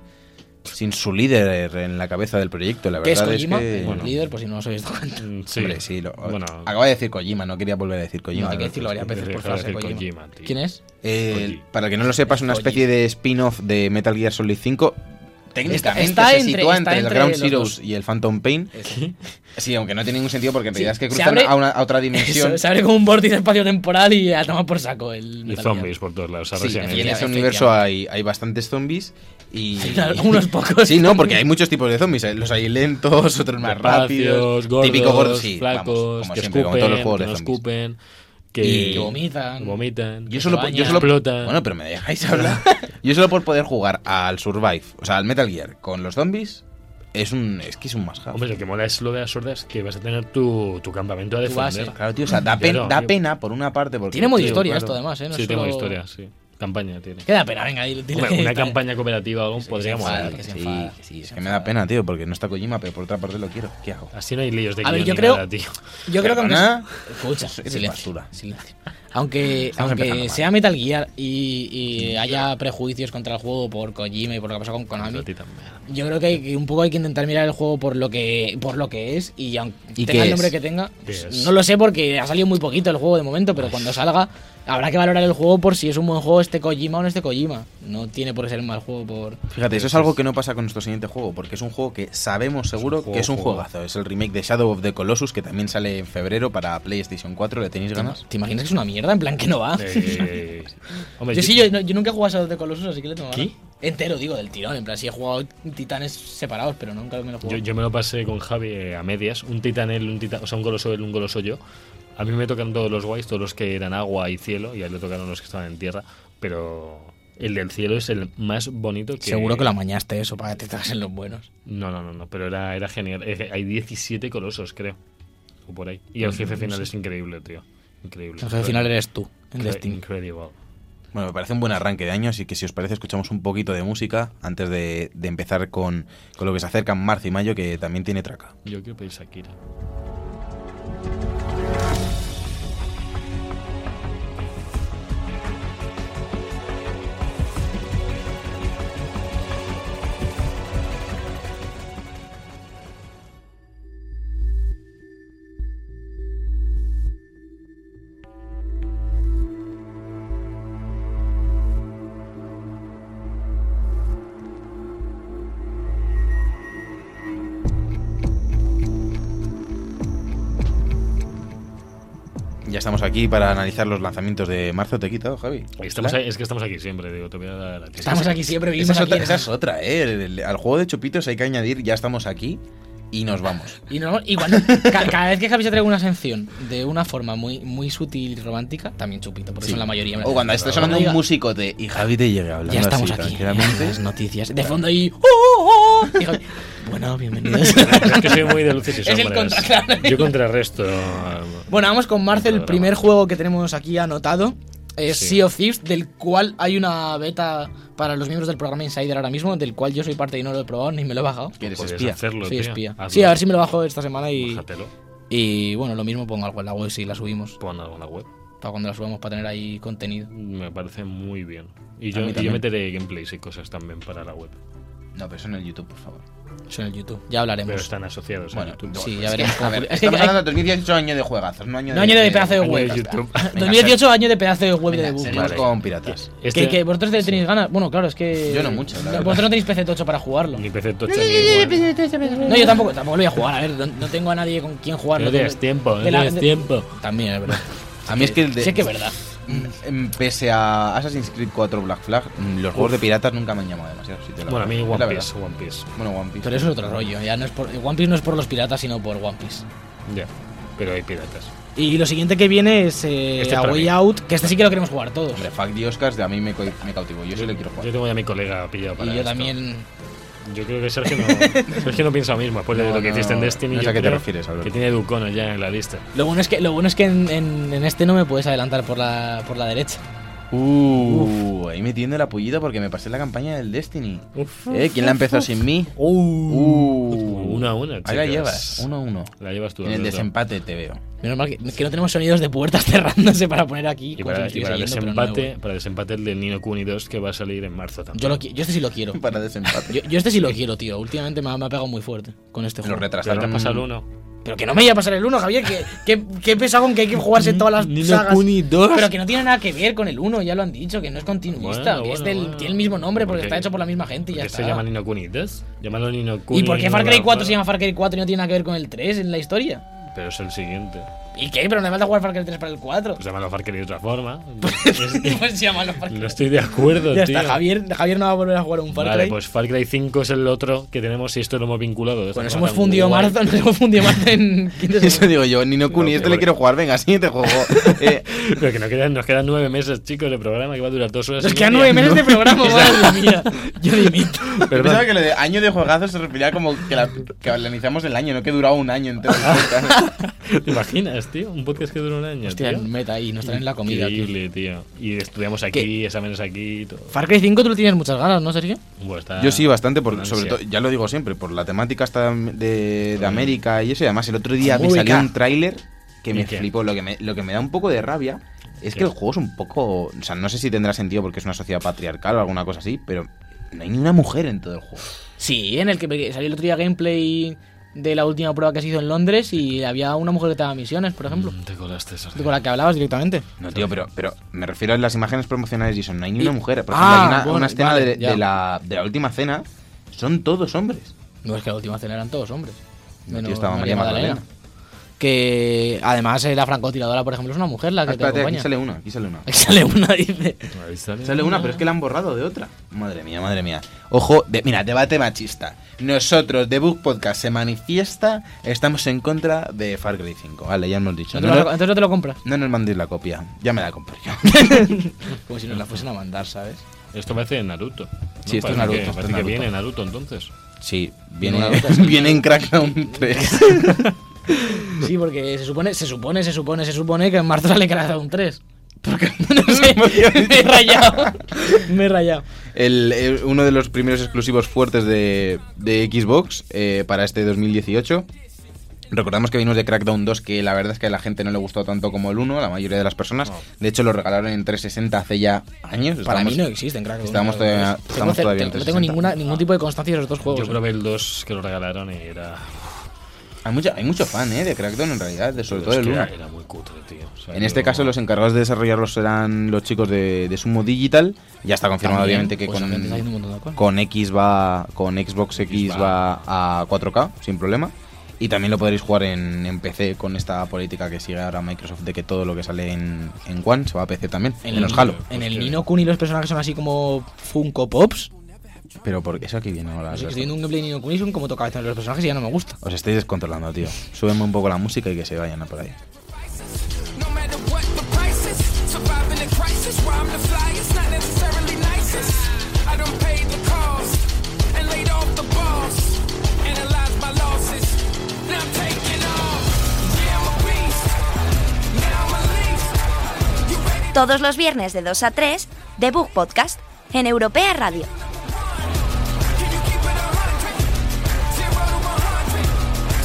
S4: sin su líder en la cabeza del proyecto, la
S3: ¿Qué es
S4: verdad es,
S3: Kojima?
S4: que...
S3: El
S2: bueno.
S3: líder, por si no os habéis dado cuenta.
S2: Mm, Sí.
S4: Hombre, sí, lo-
S2: Bueno,
S4: acaba de decir Kojima, no quería volver a decir Kojima.
S3: No, hay que
S4: Alberto.
S3: decirlo varias veces por
S2: Dejar de
S3: frase
S2: decir
S3: Kojima.
S2: Kojima, tío.
S3: ¿Quién es?
S4: Eh,
S2: Koji.
S4: para el que no lo sepas, una
S3: Koji.
S4: especie de spin-off de Metal Gear Solid 5 técnicamente
S3: está
S4: se
S3: entre- está
S4: sitúa entre,
S3: entre
S4: el Ground
S3: los
S4: Zeroes
S3: dos.
S4: y el Phantom Pain.
S3: Eso.
S4: Sí, aunque no tiene ningún sentido porque en realidad es que
S3: se
S4: cruzan
S3: abre-
S4: a, una- a otra dimensión.
S3: Eso, se abre como un vórtice espacio-temporal y a tomar por saco el
S2: Y
S3: Metal
S2: zombies por todos lados. a
S4: Sí,
S2: Resident
S4: y en
S2: Evil.
S4: ese
S3: Efectivamente.
S4: universo hay, hay bastantes zombies y...
S3: Gear. Algunos pocos.
S4: Sí, no, porque hay muchos tipos de zombies. ¿eh? Los hay lentos, otros más rápidos.
S2: Despacios, gordos,
S4: típico gordo, sí. vamos,
S2: flacos,
S4: como
S2: que
S4: siempre,
S2: escupen,
S4: como todos los juegos
S2: que
S4: de
S2: no
S4: zombies.
S2: escupen, que,
S4: Y-
S3: Que vomitan.
S2: vomitan,
S4: Yo
S2: que
S4: solo,
S2: se
S4: po- yo
S2: bañan,
S4: solo
S2: explotan.
S4: Bueno, pero me dejáis hablar. Yo solo por poder jugar al Survive, o sea, al Metal Gear con los zombies, es un es que es un más
S2: Hombre, lo que mola es lo de las sordas que vas a tener tu, tu campamento a
S3: Tu base.
S2: defender.
S4: Claro, tío, o sea, da, pen-
S2: Claro,
S4: da
S2: tío.
S4: pena por una parte porque
S3: Tiene modo
S2: Sí,
S3: historia
S2: claro.
S3: esto, además, ¿eh? No
S2: sí,
S3: es
S2: tengo
S3: solo-
S2: historia, sí. Campaña tiene.
S3: Queda pena, venga, dilo. dilo.
S2: Hombre, una campaña cooperativa aún podría
S3: sí,
S2: molar.
S3: sí, que se
S4: Sí,
S3: enfada, que sí,
S4: es
S3: se
S4: que me da
S3: enfada.
S4: pena, tío, porque no está Kojima, pero por otra parte lo quiero. ¿Qué hago?
S2: Así no hay líos de
S3: A ver,
S2: guión
S3: yo
S2: ni
S3: creo-
S2: nada, tío.
S3: Yo creo que aunque
S4: Perdona.
S3: Escucha,
S4: Eres
S3: silencio,
S4: basura.
S3: silencio. Aunque,
S4: Estamos empezando
S3: aunque
S4: mal.
S3: sea Metal Gear y, y haya prejuicios contra el juego por Kojima y por lo que ha pasado con
S2: Pues A
S3: Konami,
S2: ti también.
S3: yo creo que, hay que un poco hay que intentar mirar el juego por lo que por lo que es y aunque
S4: ¿Y qué
S3: tenga el
S4: es?
S3: nombre que tenga, pues,
S2: ¿Qué es?
S3: no lo sé porque ha salido muy poquito el juego de momento, pero cuando salga habrá que valorar el juego por si es un buen juego este Kojima o no este Kojima. No tiene por qué ser un mal juego por
S4: Fíjate,
S2: Pues
S4: eso es algo que no pasa con nuestro siguiente juego, porque es un juego que sabemos seguro
S2: juego,
S4: que es un
S2: juego.
S4: juegazo. Es el remake de Shadow of the Colossus, que también sale en febrero para PlayStation 4. ¿Le tenéis ganas?
S3: ¿Te imaginas que es una mierda? En plan que no va.
S2: Eh, hombre,
S3: Yo sí, yo, no- yo nunca he jugado a Shadow of the Colossus, así que le tengo
S2: ¿Qué?
S3: ganas. Entero, digo, del tirón. En plan, sí he jugado titanes separados, pero nunca me lo he
S2: yo-
S3: jugado.
S2: yo me lo pasé con Javi eh, a medias. Un titán él, un titán, o sea, un goloso él, un goloso yo. A mí me tocan todos los guays, todos los que eran agua y cielo, y a él le tocaron los que estaban en tierra, pero el del cielo es el más bonito que...
S3: Seguro que lo amañaste eso para que te tragasen los buenos.
S2: No, no, no, no, pero era, era genial. Eh, Hay 17 colosos, creo. O por ahí. Y el
S3: Pues
S2: jefe final es increíble, tío. Increíble.
S3: El jefe final eres tú, en
S2: Incre-
S3: Destiny.
S2: Incredible.
S4: Bueno, me parece un buen arranque de año, así que si os parece, escuchamos un poquito de música antes de, de empezar con, con lo que se acerca en marzo y mayo, que también tiene traca.
S2: Yo quiero pedir Shakira.
S4: Ya estamos aquí para analizar los lanzamientos de marzo. Te he quitado, Javi.
S2: Estamos
S4: Claro.
S2: ahí- es que estamos aquí siempre, digo, te voy a dar a ti.
S3: Estamos aquí siempre,
S4: Esa
S3: vivimos
S4: es,
S3: aquí.
S4: otra,
S3: en-
S4: esa es otra, ¿eh? El- el- al juego de chupitos hay que añadir, ya estamos aquí y nos vamos.
S3: Y, no, y cuando- ca- cada vez que Javi se trae una sanción de una forma muy, muy sutil y romántica, también chupito, porque
S4: Sí.
S3: son la mayoría.
S4: O cuando estés hablando un
S3: diga,
S4: musicote y Javi te llega hablando
S3: Ya estamos
S4: así,
S3: aquí.
S4: tranquilamente.
S3: Las noticias. De fondo ahí. ¡oh, oh, oh! Y Javi, bueno, bienvenidos.
S2: Es que soy muy de luces y
S3: Es el
S2: sombras.
S3: contra- claro.
S2: Yo contrarresto.
S3: Bueno, vamos con Marcel, el
S2: Programa.
S3: primer juego que tenemos aquí anotado. Es
S2: Sí.
S3: Sea of Thieves, del cual hay una beta para los miembros del programa Insider ahora mismo, del cual yo soy parte y no lo he probado ni me lo he bajado.
S4: Que eres
S2: Puedes
S4: espía.
S2: hacerlo,
S3: Soy
S2: tío.
S3: espía.
S2: Hazlo.
S3: Sí, a ver si me lo bajo esta semana y,
S2: Bájatelo.
S3: y bueno, lo mismo pongo algo en la web si la subimos,
S2: Pon algo en la web.
S3: para cuando la subamos para tener ahí contenido.
S2: Me parece muy bien. Y
S4: mí
S2: yo, y yo
S4: también.
S2: meteré gameplays y cosas también para la web.
S4: No, pero eso en el YouTube, por favor.
S3: Eso en el YouTube, ya
S2: Pero
S3: hablaremos.
S2: están asociados ¿eh?
S4: Bueno,
S2: a YouTube.
S3: sí,
S4: no,
S3: ya
S4: es que-
S3: veremos cómo
S4: a ver,
S3: fue- es que
S4: estamos
S3: hay-
S4: hablando de 2018 año de juegazos, no año de.
S3: No año de pedazo de
S2: Año
S3: web.
S2: de YouTube.
S4: Venga,
S3: 2018 año de pedazo de web de
S4: Venga,
S3: Google.
S4: seguimos
S2: Vale.
S4: con piratas.
S2: Este-
S3: Que, que vosotros tenéis ganas. Bueno, claro, es que.
S4: Yo no mucho, la verdad.
S3: Vosotros no tenéis PC tocho para jugarlo.
S2: Ni PC tocha ni web.
S3: No, yo tampoco, tampoco lo voy a jugar. A ver, no, no tengo a nadie con quien jugar.
S2: No tienes
S3: tengo-
S2: tiempo, no
S3: de la-
S2: tienes
S3: de-
S2: tiempo.
S3: También, es verdad.
S4: A mí es que el de.
S3: Sí, que es verdad.
S4: Mm, Pese a Assassin's Creed 4 Black Flag, mm, los juegos de piratas nunca me han llamado demasiado. si te lo
S2: Bueno, a mí
S4: digo. Es
S2: One
S4: la
S2: Piece,
S4: verdad.
S2: One Piece.
S4: Bueno, One Piece.
S3: Pero eso es otro rollo. Ya no es por, One Piece no es por los piratas, sino por One Piece.
S2: Ya. Pero hay piratas.
S3: Y lo siguiente que viene es eh,
S2: Este es
S3: A
S2: para
S3: Way
S2: mí.
S3: Out, que este sí que lo queremos jugar todos.
S4: Hombre, Fuck the Oscars, de a mí me, co- me cautivó. Yo sí le quiero
S2: Yo
S4: jugar.
S2: tengo ya a mi colega pillado
S3: y
S2: para
S3: yo
S2: esto.
S3: también.
S2: Yo creo que Sergio no, Sergio no piensa lo mismo. Después de
S4: No,
S2: lo que
S4: no,
S2: hiciste en
S4: no
S2: Destiny,
S4: sé
S2: yo
S4: a qué te
S2: creo
S4: refieres, Alberto.
S2: que tiene Ducono ya en la lista.
S3: Lo bueno es que, lo bueno es que en, en- en este no me puedes adelantar por la, por la derecha.
S4: Uh, ahí me tiende la pullida porque me pasé la campaña del Destiny.
S2: Uf.
S4: ¿Eh? ¿Quién la empezó sin mí? Uh.
S2: Uno a uno,
S4: Ahí la
S2: chicas.
S4: llevas, uno a uno.
S2: La llevas tú.
S4: En el
S2: Alberto.
S4: desempate te veo.
S3: Menos mal que, que no tenemos sonidos de puertas cerrándose para poner aquí.
S2: Y
S3: como si
S2: para,
S3: me
S2: y para
S3: estuviese yendo, pero no me
S2: desempate, para desempate el de Nino Kuni 2 que va a salir en marzo
S3: voy.
S2: también.
S3: yo, lo, qui- yo este sí lo quiero.
S4: Para desempate.
S3: Yo, yo este sí lo quiero, tío. Últimamente me ha, me ha pegado muy fuerte con este
S4: Lo
S3: juego.
S2: Pero te
S4: retrasaron.
S2: has pasado el uno.
S3: Pero Pero que no me voy a pasar el 1, Javier, que, que, que pesadón que hay que jugarse todas las
S2: Ni no
S3: sagas.
S2: Kuni dos.
S3: Pero que no tiene nada que ver con el 1, ya lo han dicho, que no es continuista,
S2: Bueno,
S3: que es
S2: bueno,
S3: del,
S2: bueno.
S3: tiene el mismo nombre porque
S2: Porque-
S3: está hecho por la misma gente y
S2: ¿Por
S3: ya
S2: qué
S3: está.
S2: se llama Nino Kuni 2? Llámalo Nino Kuni.
S3: ¿Y por qué Far Cry
S2: Nino
S3: 4 se
S2: Kuni.
S3: llama Far Cry 4 y no tiene nada que ver con el 3 en la historia?
S2: Pero es el siguiente.
S3: ¿Y qué? Pero no me falta jugar Far Cry 3 para el 4.
S2: Pues llámalo Far Cry de otra forma.
S3: pues se llama los Far Cry.
S2: no estoy de acuerdo,
S3: Ya
S2: tío.
S3: está, Javier, Javier no va a volver a jugar a un Far
S2: Vale,
S3: Cry.
S2: pues Far Cry 5 es el otro que tenemos y esto lo hemos vinculado. de
S3: Pues nos
S2: forma
S3: hemos
S2: tan
S3: fundido
S2: guay.
S3: marzo, nos hemos fundido marzo en 15
S4: Eso
S3: segundos.
S4: digo yo, Nino Kuni,
S2: No,
S4: este
S2: hombre.
S4: le quiero jugar, venga, siguiente juego. Eh,
S2: Pero que nos quedan, nos quedan nueve meses, chicos, de programa que va a durar dos horas.
S3: Nos
S2: y
S3: quedan
S2: media.
S3: nueve meses de programa, madre mía. Yo dimito.
S4: Yo
S2: Perdón.
S4: pensaba que lo de año de juegazos se refería como que, la, que analizamos el año, no que duraba un año entero.
S2: ¿Te imaginas, tío? Un podcast que dura un año.
S3: Hostia,
S2: tío.
S3: meta ahí, nos traen la comida. tío.
S2: Increíble, tío. Y estudiamos aquí, exámenes aquí y todo.
S3: Far Cry 5 tú lo tienes muchas ganas, ¿no, Sergio?
S2: Bueno, está-
S4: Yo sí, bastante, por,
S2: con
S4: sobre
S2: ansia.
S4: todo, ya lo digo siempre, por la temática hasta de, de América y eso. Y además, el otro día me
S3: Ubica.
S4: salió un tráiler que
S2: ¿Y
S4: me
S2: qué?
S4: flipó. Lo que me, lo que me da un poco de rabia es
S2: ¿Qué?
S4: que el juego es un poco. O sea, no sé si tendrá sentido porque es una sociedad patriarcal o alguna cosa así, pero no hay ni una mujer en todo el juego.
S3: Sí, en el que salió el otro día gameplay de la última prueba que se hizo en Londres y había una mujer que te daba misiones, por ejemplo.
S2: Mm, Te colaste, Sergio.
S3: Con la que hablabas directamente.
S4: No, tío, pero, pero me refiero a las imágenes promocionales y eso. No hay ni una
S3: Y-
S4: mujer. Por
S3: Ah,
S4: ejemplo, hay una,
S3: bueno,
S4: una escena
S3: vale,
S4: de,
S3: ya.
S4: de la, de la última cena. Son todos hombres.
S3: No es que la última cena eran todos hombres.
S4: No, tío, estaba María Magdalena.
S3: Que además eh, la francotiradora, por ejemplo, es una mujer la
S4: Ah,
S3: que te
S4: espérate, aquí
S3: acompaña.
S4: sale una, aquí sale una.
S3: Sale una, dice.
S2: Ahí sale.
S4: Sale una, pero es que la han borrado de otra. Madre mía, madre mía. Ojo, de- mira, debate machista. Nosotros, The Book Podcast se manifiesta, estamos en contra de Far Cry 5. Vale, ya hemos
S3: No
S4: dicho.
S3: te
S4: No,
S3: lo-
S4: no-
S3: entonces no te lo compras.
S4: no nos mandéis la copia, ya me la compré yo.
S3: Como si nos la fuesen a mandar, ¿sabes?
S2: Esto parece Naruto. ¿no?
S4: Sí, esto
S2: Parece
S4: es Naruto,
S2: que-
S4: esto es
S2: parece que
S4: Naruto.
S2: viene Naruto entonces.
S4: Sí,
S3: Una
S4: viene,
S3: nota así.
S4: viene en Crackdown 3.
S3: Sí, porque se supone, se supone, se supone, se supone que en marzo le quedará un 3. Porque no sé, me he rayado. Me he rayado.
S4: El- el- uno de los primeros exclusivos fuertes de, de Xbox eh, para este 2018. Recordamos que venimos de Crackdown 2, que la verdad es que a la gente no le gustó tanto como el 1, a la mayoría de las personas.
S2: No.
S4: De hecho, lo regalaron en 360 hace ya años.
S3: Para
S4: Estábamos-
S3: mí no existen, crack.
S4: estamos todavía-
S3: Tengo
S4: estamos
S3: ce-
S4: todavía en
S3: tengo- No tengo
S4: 360.
S3: ninguna, ningún tipo de constancia de esos dos juegos. ¿eh?
S2: Yo
S4: ¿eh?
S2: probé el 2 que lo regalaron y era.
S4: Hay, mucha- hay mucho fan ¿eh? de Crackdown en realidad, de, sobre
S2: es
S4: todo
S3: Pues
S4: el
S2: que
S4: 1.
S2: era, era muy cutre, tío. O sea,
S4: En este
S2: yo-
S4: caso, los encargados de desarrollarlos serán los chicos de, de Sumo Digital. Ya está confirmado,
S3: También,
S4: obviamente, que
S3: pues,
S4: con,
S3: obviamente, está haciendo un montón de cosas.
S4: con X va. Con Xbox X va a 4K, sin problema. Y también lo podréis jugar en, en PC con esta política que sigue ahora Microsoft de que todo lo que sale en, en One se va a PC también. En,
S3: el-
S4: los Halo.
S3: En
S2: Pues
S3: el
S2: que-
S3: Nino Kuni los personajes son así como Funko Pops.
S4: Pero por eso aquí Pues viene ahora.
S3: Así que
S4: Alberto.
S3: estoy viendo un gameplay de Nino Kuni y son como tocabezones los personajes y ya no me gusta.
S4: Os estáis descontrolando, tío. Súbeme un poco la música y que se vayan a por ahí.
S5: No matter what the price is, surviving the crisis. Why I'm the flyest, not necessarily nicest. I done paid the cost and laid off the boss. Analyze my losses, now I'm taking off. Yeah, I'm a beast. Now I'm a least. You ready?
S1: Todos los viernes de 2 a 3, The Bug Podcast, en Europea Radio.
S5: Can you keep it a hundred? Zero to a hundred.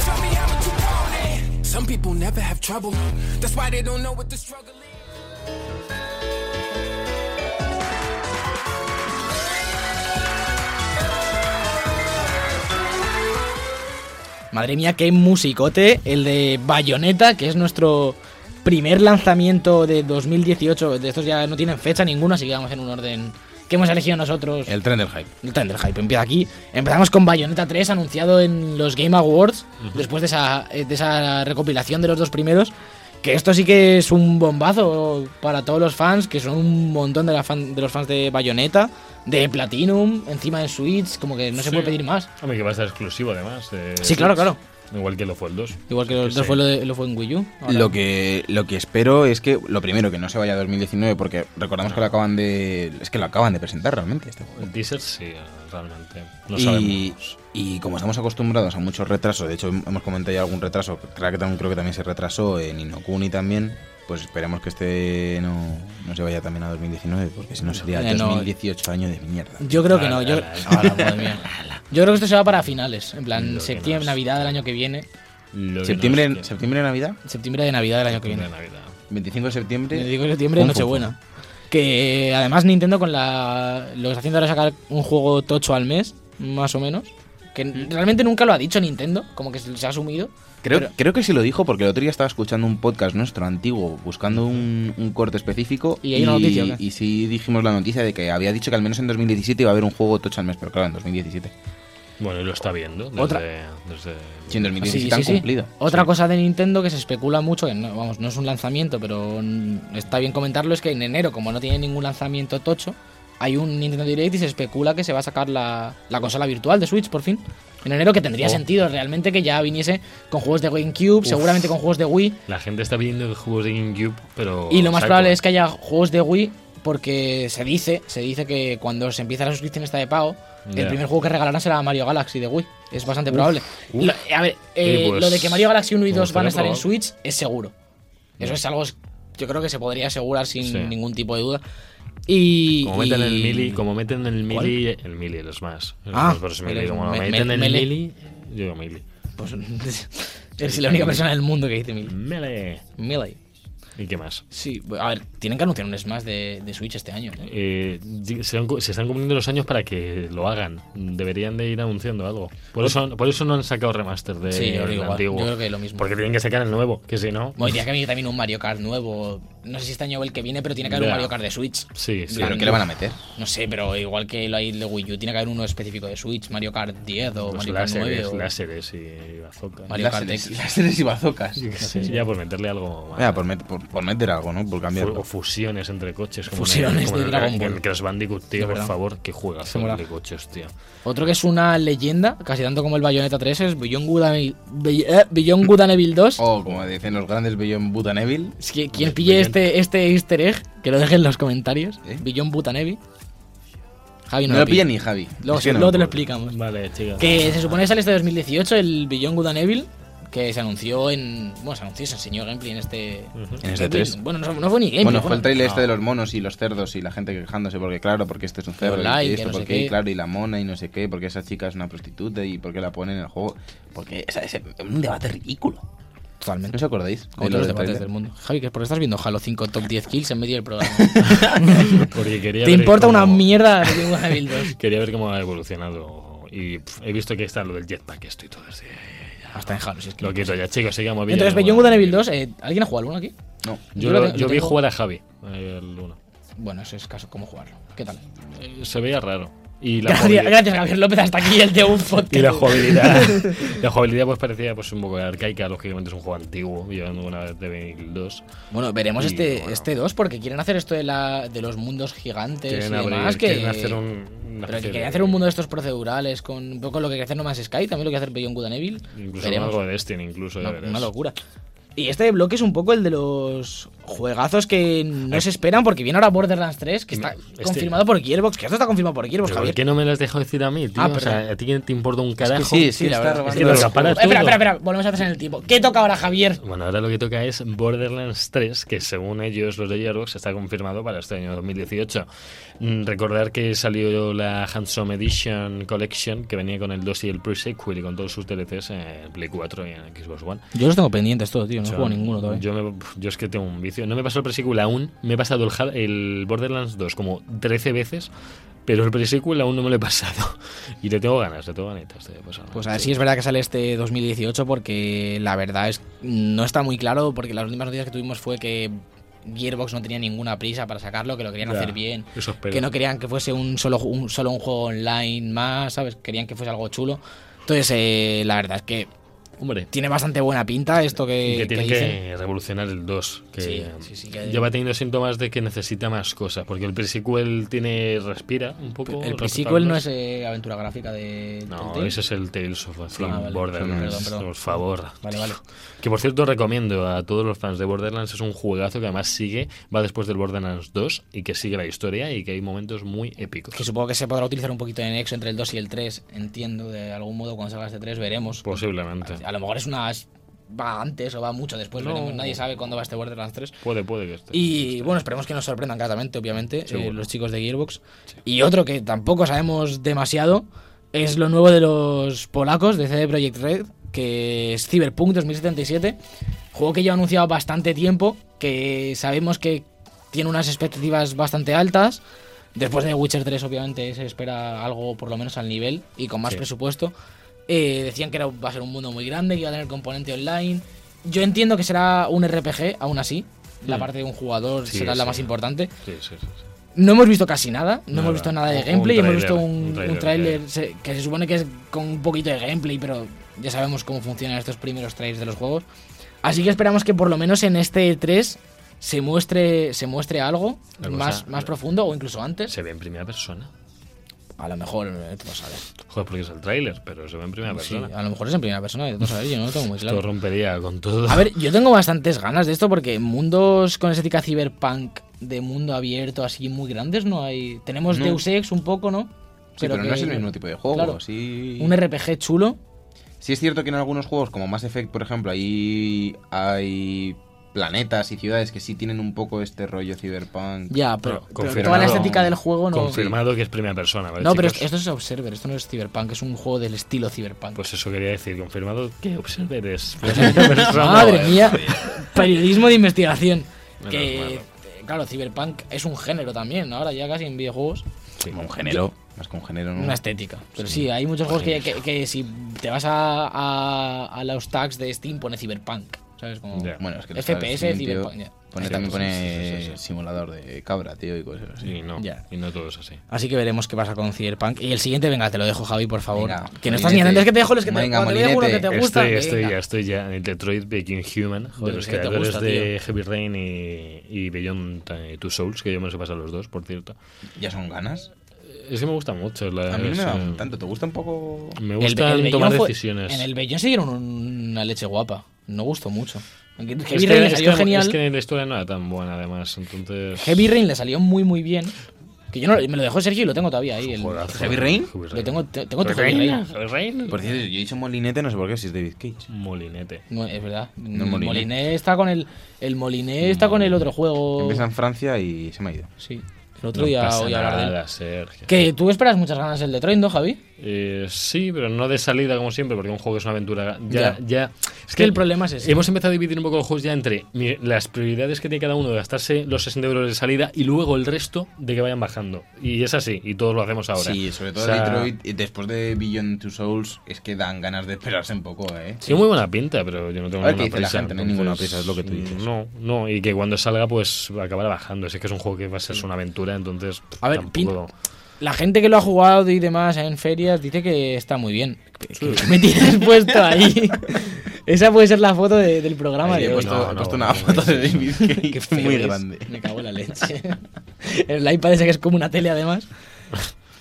S5: Show me how much you want it. Some people never have trouble. That's why they don't know what the struggle is.
S3: Madre mía, qué musicote el de Bayonetta, que es nuestro primer lanzamiento de 2018. De estos ya no tienen fecha ninguna, así que vamos en un orden que hemos elegido nosotros.
S4: El tren del hype.
S3: El tren del hype empieza aquí. Empezamos con Bayonetta 3 anunciado en los Game Awards, después de esa, eh, de esa recopilación de los dos primeros. Que esto sí que es un bombazo para todos los fans, que son un montón de, la fan- de los fans de Bayonetta, de Platinum, encima en Switch, como que no
S2: Sí.
S3: se puede pedir más.
S2: Hombre, que va a estar exclusivo además. eh,
S3: Sí, claro, claro.
S2: Igual que lo fue el 2.
S3: Igual que los
S2: Sí,
S3: dos
S2: sí.
S3: fue lo, de- lo fue en Wii U. ahora-
S4: Lo que, lo que espero es que, lo primero, que no se vaya a 2019, porque recordamos que lo acaban de. Es que lo acaban de presentar realmente este juego.
S2: El teaser sí, eh, realmente. No
S4: y,
S2: sabemos.
S4: y como estamos acostumbrados a muchos retrasos, de hecho hemos comentado ya algún retraso, Crackdown creo que también se retrasó, en Inokuni también, pues esperemos que este no, no se vaya también a 2019, porque si no sería
S3: Eh, no.
S4: 2018 año de mierda.
S3: Yo creo que no. Yo,
S2: Ala, ala, ala, madre mía.
S3: yo creo que esto se va para finales. En
S2: Lo
S3: plan,
S2: que
S3: septiembre,
S2: nos-
S3: Navidad del año que viene.
S2: Lo que
S4: Septiembre,
S2: nos-
S4: septiembre Navidad,
S3: Septiembre de Navidad del año que
S2: Septiembre
S3: viene.
S2: de Navidad.
S4: 25 de septiembre.
S3: Le digo septiembre,
S4: Pum, pum,
S3: Nochebuena. Que además Nintendo con la lo que está haciendo ahora es sacar un juego tocho al mes, más o menos. Que n- realmente nunca lo ha dicho Nintendo, como que se se ha asumido.
S4: Creo,
S3: pero-
S4: creo que sí lo dijo porque el otro día estaba escuchando un podcast nuestro antiguo, buscando un, un corte específico.
S3: ¿Y hay una noticia o qué?
S4: y sí dijimos la noticia de que había dicho que al menos en 2017 iba a haber un juego Touch and Mess, pero claro, en 2017.
S2: Bueno, y lo está viendo. Desde,
S3: Otra.
S2: desde-
S4: Sí, en 2017
S3: Sí,
S4: han
S3: sí, sí.
S4: cumplido.
S3: Otra
S4: Sí.
S3: cosa de Nintendo que se especula mucho, que no, vamos, no es un lanzamiento, pero mm, está bien comentarlo, es que en enero, como no tiene ningún lanzamiento tocho, hay un Nintendo Direct y se especula que se va a sacar la, la consola virtual de Switch, por fin. En enero que tendría
S2: Oh.
S3: sentido realmente que ya viniese con juegos de GameCube, seguramente con juegos de Wii,
S2: La gente está pidiendo juegos de GameCube, pero.
S3: y lo más
S2: saco.
S3: probable es que haya juegos de Wii porque se dice, se dice que cuando se empieza la suscripción esta de pago, el
S2: Ya.
S3: primer juego que regalarán será Mario Galaxy de Wii. Es bastante probable. Lo- a ver, eh,
S2: pues,
S3: lo de que Mario Galaxy 1 y
S2: me
S3: 2 van a estar
S2: gustaría
S3: en
S2: probar.
S3: Switch es seguro. Eso es algo, yo creo que se podría asegurar sin
S2: Sí.
S3: ningún tipo de duda. Y,
S2: Como meten
S3: y-
S2: el Mili, como meten el
S3: ¿Cuál?
S2: Mili, el Mili, el Smash. El
S3: Ah,
S2: Smash Bros.
S3: el-
S2: Melee, como lo
S3: me-
S2: meten
S3: me-
S2: el
S3: melee.
S2: Mili, yo digo Mili.
S3: pues, eres la única persona del mundo que dice Melee.
S2: Melee. Mm.
S3: Melee.
S2: ¿Y qué más?
S3: Sí, a ver, tienen que anunciar un Smash de, de Switch este año. ¿eh?
S2: Eh, se, han cu- se están cumpliendo los años para que lo hagan. Deberían de ir anunciando algo. Por eso, por eso no han sacado remaster de
S3: Pues Sí, yo
S2: el
S3: digo igual.
S2: antiguo.
S3: Yo creo que lo mismo.
S2: Porque tienen que sacar el nuevo, que si no.
S3: Bueno, tendría que venir también un Mario Kart nuevo. No sé si este año o el que viene, pero tiene que haber
S2: Ya.
S3: un Mario Kart de Switch.
S2: Sí, sí.
S4: ¿Pero qué le van a meter?
S3: No sé, pero igual que lo hay de Wii U, tiene que haber uno específico de Switch, Mario Kart 10
S4: Pues
S3: o
S2: Los
S3: Mario Kart 9.
S2: láseres,
S3: o-
S2: láseres y bazooka.
S3: Mario Kart
S4: Láseres-
S3: X.
S4: láseres y bazocas.
S2: Sí, ya por meterle algo más.
S4: Vaya,
S3: pues
S4: por, met- por- por meter algo, ¿no? Por
S2: Fu-
S4: cambiarlo.
S2: O fusiones entre coches. Como
S3: Fusiones
S2: en, como
S3: de
S2: en el-
S3: Dragon
S2: en
S3: Ball.
S2: el Crash Bandicoot,
S3: De
S2: tío, por
S3: verdad.
S2: favor, que juegas
S3: Se mola.
S2: de coches, tío.
S3: Otro que es una leyenda, casi tanto como el Bayonetta 3, es Beyond Good and Evil, Be- eh, Beyond Good and Evil 2.
S4: O como dicen los grandes Beyond Butan Evil.
S3: Es que quien pille
S2: Beyond-
S3: este, este easter egg, que lo deje en los comentarios.
S4: ¿Eh?
S3: Beyond Good and Evil. Javi no,
S4: No lo pilla
S3: pilla.
S4: ni Javi.
S3: Luego,
S4: Es que no.
S3: luego te lo explicamos.
S2: Vale, chicas.
S3: Que se supone que sale este 2018 el Beyond Good and Evil, que se anunció en. Bueno, se anunció, se enseñó gameplay en este.
S4: En este
S3: gameplay.
S4: 3.
S3: Bueno, Ah. no, no fue ni gameplay.
S4: Bueno, fue el
S3: fue-
S4: trailer este de los monos y los cerdos y la gente quejándose porque, claro, porque este es un cerdo
S3: Hola, y
S4: y
S3: que
S4: que esto,
S3: no sé
S4: porque,
S3: qué.
S4: claro, y la mona y no sé qué, porque esa chica es una prostituta y porque la ponen en el juego. Porque o sea, es un debate ridículo. ¿No
S3: Ah, Totalmente.
S4: os acordáis?
S3: Como
S4: de
S3: todos
S4: lo
S3: los
S4: del
S3: debates
S4: tráiler?
S3: del mundo. Javi, que es porque estás viendo Halo 5 Top 10 Kills en medio del programa.
S2: Porque quería
S3: ¿Te
S2: ver
S3: importa una
S2: cómo-
S3: mierda de Beyond Good and Evil 2?
S2: Quería ver cómo ha evolucionado. Y pf, he visto que está lo del jetpack, esto y todo. así.
S3: Hasta Ah, en Halo, si es que.
S2: Lo quito ya, chicos, sigamos bien.
S3: Entonces, Beyond Good and Evil 2, eh, ¿alguien ha jugado alguno aquí?
S4: No.
S2: Yo,
S3: yo lo
S2: lo-
S3: tengo-
S2: yo
S3: lo
S2: vi
S3: tengo-
S2: jugar a Javi, eh, el uno.
S3: Bueno, eso es caso, cómo jugarlo. ¿Qué tal?
S2: Eh, Se veía raro. Y la
S3: Gracias,
S2: jugabilidad-
S3: gracias, Javier López, hasta aquí el de un podcast.
S2: Y la jugabilidad, la jugabilidad pues parecía pues un poco arcaica, lógicamente es un juego antiguo, llevando una vez de 2002.
S3: Bueno, veremos
S2: Y,
S3: este,
S2: bueno.
S3: este 2 porque quieren hacer esto de, la, de los mundos gigantes
S2: Quieren
S3: y
S2: abrir-
S3: demás. Que,
S2: quieren hacer un- una
S3: pero
S2: especie
S3: que
S2: de-
S3: querían hacer un mundo de estos procedurales con un poco lo que quería hacer No Man's Sky, también lo que hacer Beyond Good and Evil.
S2: Incluso
S3: Veremos.
S2: algo de Destiny, incluso, ya
S3: Una,
S2: verás.
S3: una locura. Y este bloque es un poco el de los juegazos que no se esperan porque viene ahora Borderlands 3, que está
S2: Este-
S3: confirmado por Gearbox, que esto está confirmado por Gearbox,
S2: Pero ¿Por
S3: Javier.
S2: qué no me lo has dejado decir a mí, tío?
S3: Ah,
S2: o sea,
S3: perdón.
S2: ¿a ti quién te importa un carajo?
S4: Sí, sí, sí,
S3: la
S4: está
S3: verdad.
S4: robando
S2: Es que nos
S4: los
S2: apalas
S4: juegos.
S2: tú.
S3: espera, espera, espera, volvemos a atrás en el tiempo. ¿Qué toca ahora, Javier?
S2: Bueno, ahora lo que toca es Borderlands 3, que según ellos, los de Gearbox, está confirmado para este año 2018. Mm, Recordar que salió la Handsome Edition Collection, que venía con el 2 y el pre-sequel y con todos sus DLCs en Play 4 y en Xbox One.
S3: Yo los tengo pendientes todo, tío. No
S2: Son-
S3: juego ninguno todavía.
S2: Yo, me- yo es que tengo un vicio. No me he pasado el pre-sequel aún, me he pasado el, Ha- el Borderlands 2 como 13 veces, pero el pre-sequel aún no me lo he pasado. Y le tengo ganas, le tengo ganitas de pasarlo.
S3: Pues a ver si es verdad que sale este 2018 porque la verdad es no está muy claro porque las últimas noticias que tuvimos fue que Gearbox no tenía ninguna prisa para sacarlo, que lo querían
S2: Ya,
S3: hacer bien,
S2: eso espero.
S3: que no querían que fuese un solo ju- un solo un juego online más, ¿sabes? Querían que fuese algo chulo. Entonces, eh, la verdad es que
S2: Hombre,
S3: tiene bastante buena pinta esto que,
S2: Y que tiene
S3: que
S2: que,
S3: dicen.
S2: revolucionar el 2. Que
S3: Sí, sí, sí, que-
S2: lleva teniendo síntomas de que necesita más cosas. Porque el pre-sequel tiene, respira un poco.
S3: El
S2: respecto
S3: pre-sequel
S2: al
S3: no es
S2: 2.
S3: eh, aventura gráfica de
S2: No,
S3: Telltale.
S2: ese es el Tales of the From
S3: Ah, vale.
S2: Borderlands.
S3: Perdón, perdón.
S2: Por favor.
S3: Vale, vale.
S2: Que por cierto recomiendo a todos los fans de Borderlands. Es un juegazo que además sigue, va después del Borderlands 2 y que sigue la historia y que hay momentos muy épicos.
S3: Que supongo que se podrá utilizar un poquito de nexo entre el 2 y el 3, entiendo, de algún modo cuando salga este 3 veremos.
S2: Posiblemente.
S3: A lo mejor es una. es- Va antes o va mucho después,
S2: No.
S3: veremos. Nadie sabe cuándo va este Borderlands 3.
S2: Puede, puede que esté.
S3: Y bueno, esperemos que nos sorprendan gratamente, obviamente, eh,
S2: Seguro.
S3: los chicos de Gearbox. Y otro que tampoco sabemos demasiado es lo nuevo de los polacos de CD Projekt Red, que es Cyberpunk 2077. Juego que lleva anunciado bastante tiempo, que sabemos que tiene unas expectativas bastante altas. Después de Witcher 3, obviamente, se espera algo por lo menos al nivel y con más
S2: Sí.
S3: presupuesto. Eh, decían que era, va a ser un mundo muy grande, que iba a tener componente online. Yo entiendo que será un RPG, aún así. La
S2: Mm.
S3: parte de un jugador
S2: Sí,
S3: será la
S2: sí.
S3: más importante.
S2: Sí, sí, sí, sí.
S3: No hemos visto casi nada, no
S2: Nada.
S3: hemos visto nada de
S2: Un-
S3: gameplay,
S2: un
S3: hemos visto
S2: tráiler,
S3: un,
S2: un tráiler,
S3: un tráiler se- que se supone que es con un poquito de gameplay, pero ya sabemos cómo funcionan estos primeros trailers de los juegos. Así que esperamos que por lo menos en este 3 se muestre, se muestre algo
S2: La cosa-
S3: más, más profundo o incluso antes.
S2: Se ve en primera persona.
S3: A lo mejor, eh, tú lo sabes.
S2: Joder, porque es el tráiler, pero se ve en primera
S3: Sí,
S2: persona.
S3: a lo mejor es en primera persona, tú lo sabes, yo no lo tengo muy
S2: Esto
S3: claro.
S2: rompería con todo.
S3: A ver, yo tengo bastantes ganas de esto porque mundos con estética cyberpunk de mundo abierto así muy grandes no hay. Tenemos
S4: No.
S3: Deus Ex un poco, ¿no?
S4: Sí, pero, no
S3: que-
S4: es el mismo tipo de juego.
S3: Claro.
S4: sí.
S3: Un RPG chulo.
S4: Sí es cierto que en algunos juegos, como Mass Effect, por ejemplo, ahí hay planetas y ciudades que sí tienen un poco este rollo cyberpunk.
S3: Ya, pero,
S2: Pero
S3: pero
S2: confirmado.
S3: toda la estética del juego no.
S2: Confirmado que es primera persona, ¿vale,
S3: No, pero
S2: chicos?
S3: esto es Observer, esto no es Cyberpunk, es un juego del estilo Cyberpunk.
S2: Pues eso quería decir, confirmado que Observer es primera persona.
S3: Madre
S2: Joder.
S3: mía, periodismo de investigación.
S2: eh. Menos
S3: que,
S2: mal.
S3: eh, claro, Cyberpunk es un género también, ahora ya casi en videojuegos.
S2: Sí,
S4: Como un género. Más que un género,
S2: Mm.
S4: ¿no?
S3: Una estética. Pero sí, hay muchos juegos que, que- que si te vas a, a- a los tags de Steam pone Cyberpunk. ¿Sabes? Como,
S2: Ya.
S4: Bueno, es que
S3: FPS,
S4: sabes, tío,
S3: Cyberpunk, ya.
S4: pone-
S2: Sí, sí,
S4: también pone
S2: sí, sí, sí, sí.
S4: simulador de cabra, tío, y cosas así.
S2: Y no,
S3: Ya.
S2: y no todo es así.
S3: Así que veremos qué pasa con Cyberpunk. Y el siguiente, venga, te lo dejo, Javi, por favor.
S4: Venga,
S3: que no estás ni atento,
S4: Molinete.
S3: es que te dejo los que te,
S4: Venga,
S3: cuando te dejo uno que
S4: Molinete.
S3: te gusta.
S2: estoy, estoy,
S3: venga.
S2: ya, estoy ya en el Detroit Became Human,
S3: Joder,
S2: de los
S3: es que te
S2: creadores
S3: gusta,
S2: de Heavy Rain y, y Beyond eh, Two Souls, que yo me los he pasado los dos, por cierto.
S4: ¿Ya son ganas?
S2: Es que me gusta mucho. La,
S4: A mí no
S2: es,
S4: me
S2: eh,
S4: va tanto. ¿Te gusta un poco...?
S2: me
S3: El- el
S2: gustan
S3: Bellón
S2: tomar
S3: fue-
S2: decisiones.
S3: En el Bellón se dieron un- una leche guapa. No gustó mucho. Aunque
S2: es,
S3: Heavy
S2: que,
S3: Rain le
S2: es
S3: salió
S2: que-
S3: genial.
S2: es que la historia no era tan buena, además. Entonces.
S3: Heavy Rain le salió muy, muy bien. Que yo no, me lo dejó Sergio y lo tengo todavía ahí. el-
S2: Jodazo.
S4: ¿Heavy Rain?
S3: Lo tengo, te- tengo tu
S2: Heavy
S3: Heavy Rain.
S2: Rain. Heavy Rain.
S4: Por cierto, yo he dicho molinete, no sé por qué, si es David Cage.
S2: Molinete.
S3: No, es verdad.
S4: No,
S3: el
S4: Moliné.
S3: Moliné está con el. El Moliné está con el otro juego.
S4: Empieza en Francia y se me ha ido.
S3: Sí. El otro
S2: No
S3: día
S2: pasa
S3: voy a hablar de él.
S2: nada, Sergio.
S3: Que tú esperas muchas ganas el Detroit, ¿no, Javi?
S2: Eh, sí, pero no de salida como siempre, porque un juego que es una aventura. Ya,
S3: Ya.
S2: ya. Es
S3: que el problema es ese.
S2: Hemos empezado a dividir un poco los juegos ya entre mi- las prioridades que tiene cada uno de gastarse los 60 euros de salida y luego el resto de que vayan bajando. Y es así, y todos lo hacemos ahora.
S4: Sí, sobre todo
S2: O sea,
S4: Detroit, y después de Beyond Two Souls, es que dan ganas de esperarse un poco, ¿eh?
S2: Tiene muy buena pinta, pero yo no tengo
S4: A ver
S2: ninguna
S4: qué dice la
S2: prisa,
S4: gente, no hay ninguna
S2: entonces,
S4: prisa, es lo que tú dices.
S2: No, no, y que cuando salga, pues acabará bajando. Si es que es un juego que va a ser una aventura, entonces.
S3: A ver,
S2: tampoco-
S3: La gente que lo ha jugado y demás en ferias dice que está muy bien. ¿Qué me tienes puesto ahí? Esa puede ser la foto de- del programa
S4: Ahí
S3: de
S4: he
S3: hoy.
S4: puesto,
S2: no,
S4: he
S2: no,
S4: puesto
S2: no,
S4: una
S2: no,
S4: foto
S2: no,
S4: de David Cage
S3: Qué feo
S4: muy
S3: es.
S4: grande.
S3: Me cago en la leche. El iPad ese que es como una tele, además.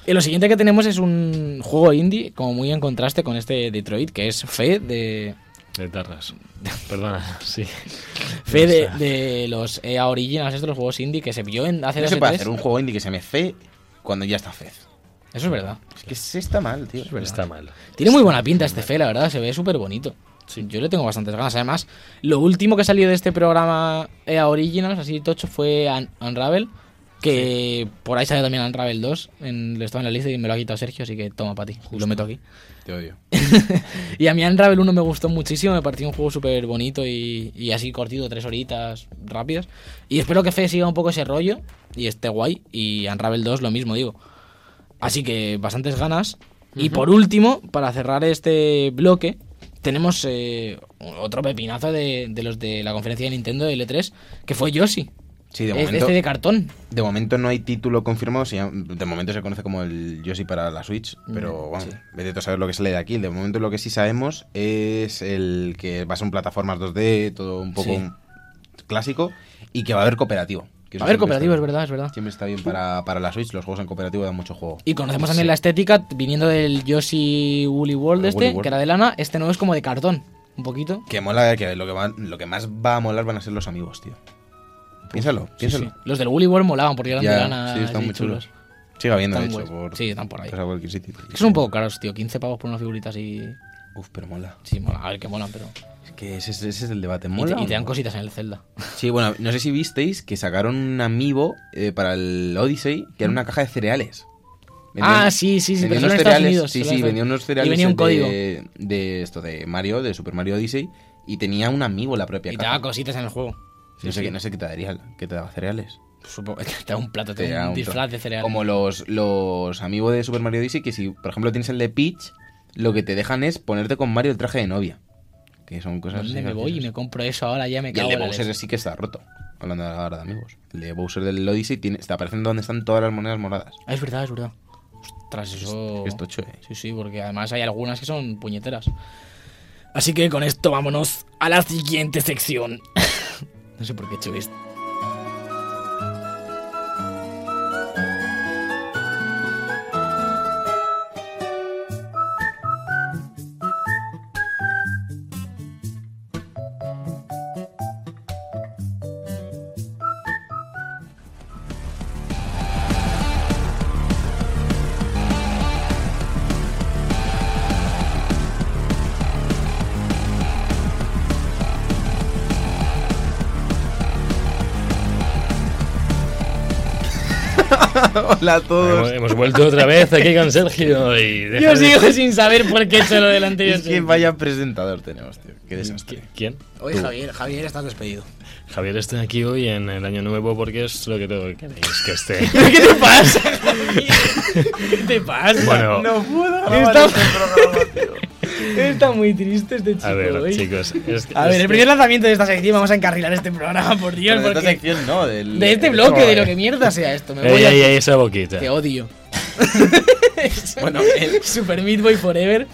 S3: Y lo siguiente que tenemos es un juego indie, como muy en contraste con este Detroit, que es Fe de.
S2: De tarras. Perdona, sí.
S3: Fe de,
S2: Ya
S3: de los EA Originals, estos los juegos indie que se vio en hace
S4: No
S3: dos
S4: se
S3: o
S4: puede
S3: tres.
S4: hacer un juego indie que se me fe cuando ya está fez.
S3: Eso es verdad.
S4: Es que se está mal, tío.
S2: Está mal.
S3: Tiene muy buena pinta este Fe, la verdad, se ve súper bonito. Yo le tengo bastantes ganas. Además, lo último que salió de este programa EA Originals, así tocho, fue Un- Unravel. Que por ahí salió también Unravel 2. En, lo estaba en la lista y me lo ha quitado Sergio, así que toma para ti. Lo meto aquí.
S4: Te odio.
S3: Y a mí Unravel 1 me gustó muchísimo, me pareció un juego súper bonito y, y así cortito, tres horitas rápidas. Y espero que Fe siga un poco ese rollo y esté guay. Y Unravel 2 lo mismo, digo. Así que bastantes ganas. Y por último, para cerrar este bloque, tenemos eh, otro pepinazo de, de los de la conferencia de Nintendo de L3, que fue Yoshi.
S4: Sí, de
S3: Es-
S4: momento.
S3: este de cartón.
S4: De momento no hay título confirmado, se llama- de momento se conoce como el Yoshi para la Switch,
S3: Mm,
S4: pero bueno, vete tú a saber lo que sale de aquí. De momento lo que sí sabemos es el que va a ser en plataformas 2D, todo un poco
S3: Sí.
S4: clásico, y que va a haber cooperativo. que eso
S3: A ver,
S4: siempre
S3: cooperativo,
S4: está
S3: es
S4: bien.
S3: verdad, es verdad.
S4: Siempre está bien para, para la Switch, los juegos en cooperativo dan mucho juego.
S3: Y conocemos también la estética viniendo del Yoshi Woolly World
S4: El
S3: este,
S4: Woolly World.
S3: que era de lana. Este no es como de cartón, un poquito.
S4: Que mola, que lo que, va- lo que más va a molar van a ser los amigos, tío. Piénsalo, piénsalo.
S3: Sí, sí. Los del Woolly World molaban porque eran de lana.
S4: sí, están
S3: así
S4: muy chulos.
S3: chulos.
S4: Sigue habiendo, de
S3: Están
S4: hecho,
S3: guays.
S4: por,
S3: Sí, están por ahí.
S4: pues, a cualquier sitio.
S3: Que Son un poco caros, tío. 15 pavos por unas figuritas y.
S4: Uf, pero mola.
S3: Sí, mola. A ver que molan, pero.
S4: Es que ese, ese es el debate.
S3: Y te-
S4: ¿Mola
S3: Y te,
S4: o no?
S3: dan cositas en el Zelda.
S4: Sí, bueno, no sé si visteis que sacaron un amiibo eh, para el Odyssey que era una caja de cereales.
S3: Ah, sí, sí, sí, pero
S4: vendían
S3: solo
S4: unos
S3: en Estados
S4: cereales,
S3: Unidos,
S4: sí,
S3: solo
S4: sí,
S3: en-
S4: vendía unos cereales
S3: y venía un
S4: De, de esto de Mario, de Super Mario Odyssey y tenía un amiibo la propia
S3: Y te
S4: caja.
S3: dan cositas en el juego.
S4: no sé qué, no sé qué te daría, qué te daba cereales.
S3: Supongo que te da un plato, te,
S4: Te
S3: da
S4: da
S3: un,
S4: un
S3: disfraz
S4: tro-
S3: de cereal.
S4: Como los los amigos de Super Mario Odyssey que si por ejemplo tienes el de Peach lo que te dejan es ponerte con Mario el traje de novia. Que son cosas
S3: ¿Dónde
S4: así
S3: me voy y me
S4: graciosas.
S3: compro eso ahora? Ya me
S4: Y el
S3: cago
S4: de
S3: en la
S4: Bowser
S3: leche.
S4: sí que está roto. Hablando ahora de amigos. El de Bowser del Odyssey tiene, está apareciendo donde están todas las monedas moradas.
S3: Ah, es verdad, es verdad. Ostras, eso...
S4: Es tocho, eh.
S3: Sí, sí, porque además hay algunas que son puñeteras. Así que con esto vámonos a la siguiente sección. no sé por qué he hecho esto.
S4: Hola a todos.
S2: Hemos, hemos vuelto otra vez aquí con Sergio y... deja
S3: Yo
S2: de-
S3: sigo sin saber por qué he hecho lo del anterior.
S4: Es que vaya presentador tenemos, tío. Qué
S2: ¿Qui-
S4: desastre.
S2: ¿Quién?
S3: Oye, Javier, Javier, estás despedido.
S2: Javier está aquí hoy en el año nuevo porque es lo que todo queréis que esté.
S3: ¿Qué te pasa? Javier? ¿Qué te pasa?
S2: Bueno,
S4: puedo
S3: Está- Está muy triste este chico
S2: a ver,
S3: hoy.
S2: chicos. Este- es que-
S3: A ver,
S2: es
S3: el
S2: que-
S3: primer lanzamiento de esta sección vamos a encarrilar este programa, por Dios,
S4: de esta
S3: porque-
S4: sección no, del-
S3: de este
S4: del- eh.
S3: bloque, de lo que mierda sea esto. Me voy
S2: Ey,
S3: a...
S2: ey, ey, esa boquita.
S3: Te odio.
S4: Bueno, eh, el-
S3: Super Meat Boy Forever,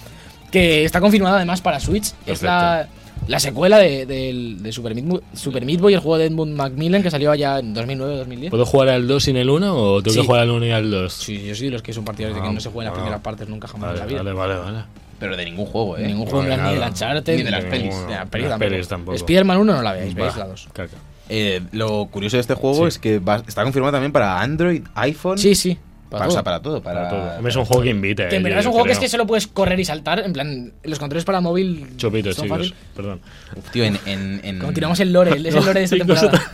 S3: que está confirmada además para Switch. Es la, la secuela de, del- de Super, Meat, Mo- Super Meat Boy, el juego de Edmund Macmillan que salió allá en 2009-2010.
S2: ¿Puedo jugar al 2 sin el 1 o tengo
S3: Sí.
S2: que jugar al 1 y al 2?
S3: Sí, yo soy de los que son partidarios de que
S2: Ah,
S3: no se juegan las
S2: bueno.
S3: primeras partes nunca jamás en
S2: Vale,
S3: la vida.
S2: vale, vale, vale.
S4: pero de ningún juego, eh.
S3: Ningún juego en
S2: Vale,
S3: plan ni de
S2: nada.
S3: la Uncharted,
S4: Ni de las pelis.
S3: De la
S2: Las
S3: peli tampoco.
S2: pelis tampoco.
S3: Spider-Man 1 no la veáis, veis
S2: Bah,
S3: la 2.
S2: caca.
S4: Eh, lo curioso de este juego
S2: Sí.
S4: es que va- está confirmado también para Android, iPhone.
S3: Sí, sí.
S4: Para, o sea, para todo. Para,
S2: Para todo. Hombre, Es un juego que invita.
S3: Que en
S2: eh,
S3: verdad
S2: yo
S3: es un juego que es
S2: creo.
S3: que solo puedes correr y saltar. En plan, los controles para móvil.
S2: Chopitos,
S3: son
S2: chicos.
S3: fácil.
S2: Perdón.
S4: Uf, tío, en, en, en,
S3: Continuamos el lore, es el lore de esta
S2: chicos,
S3: temporada.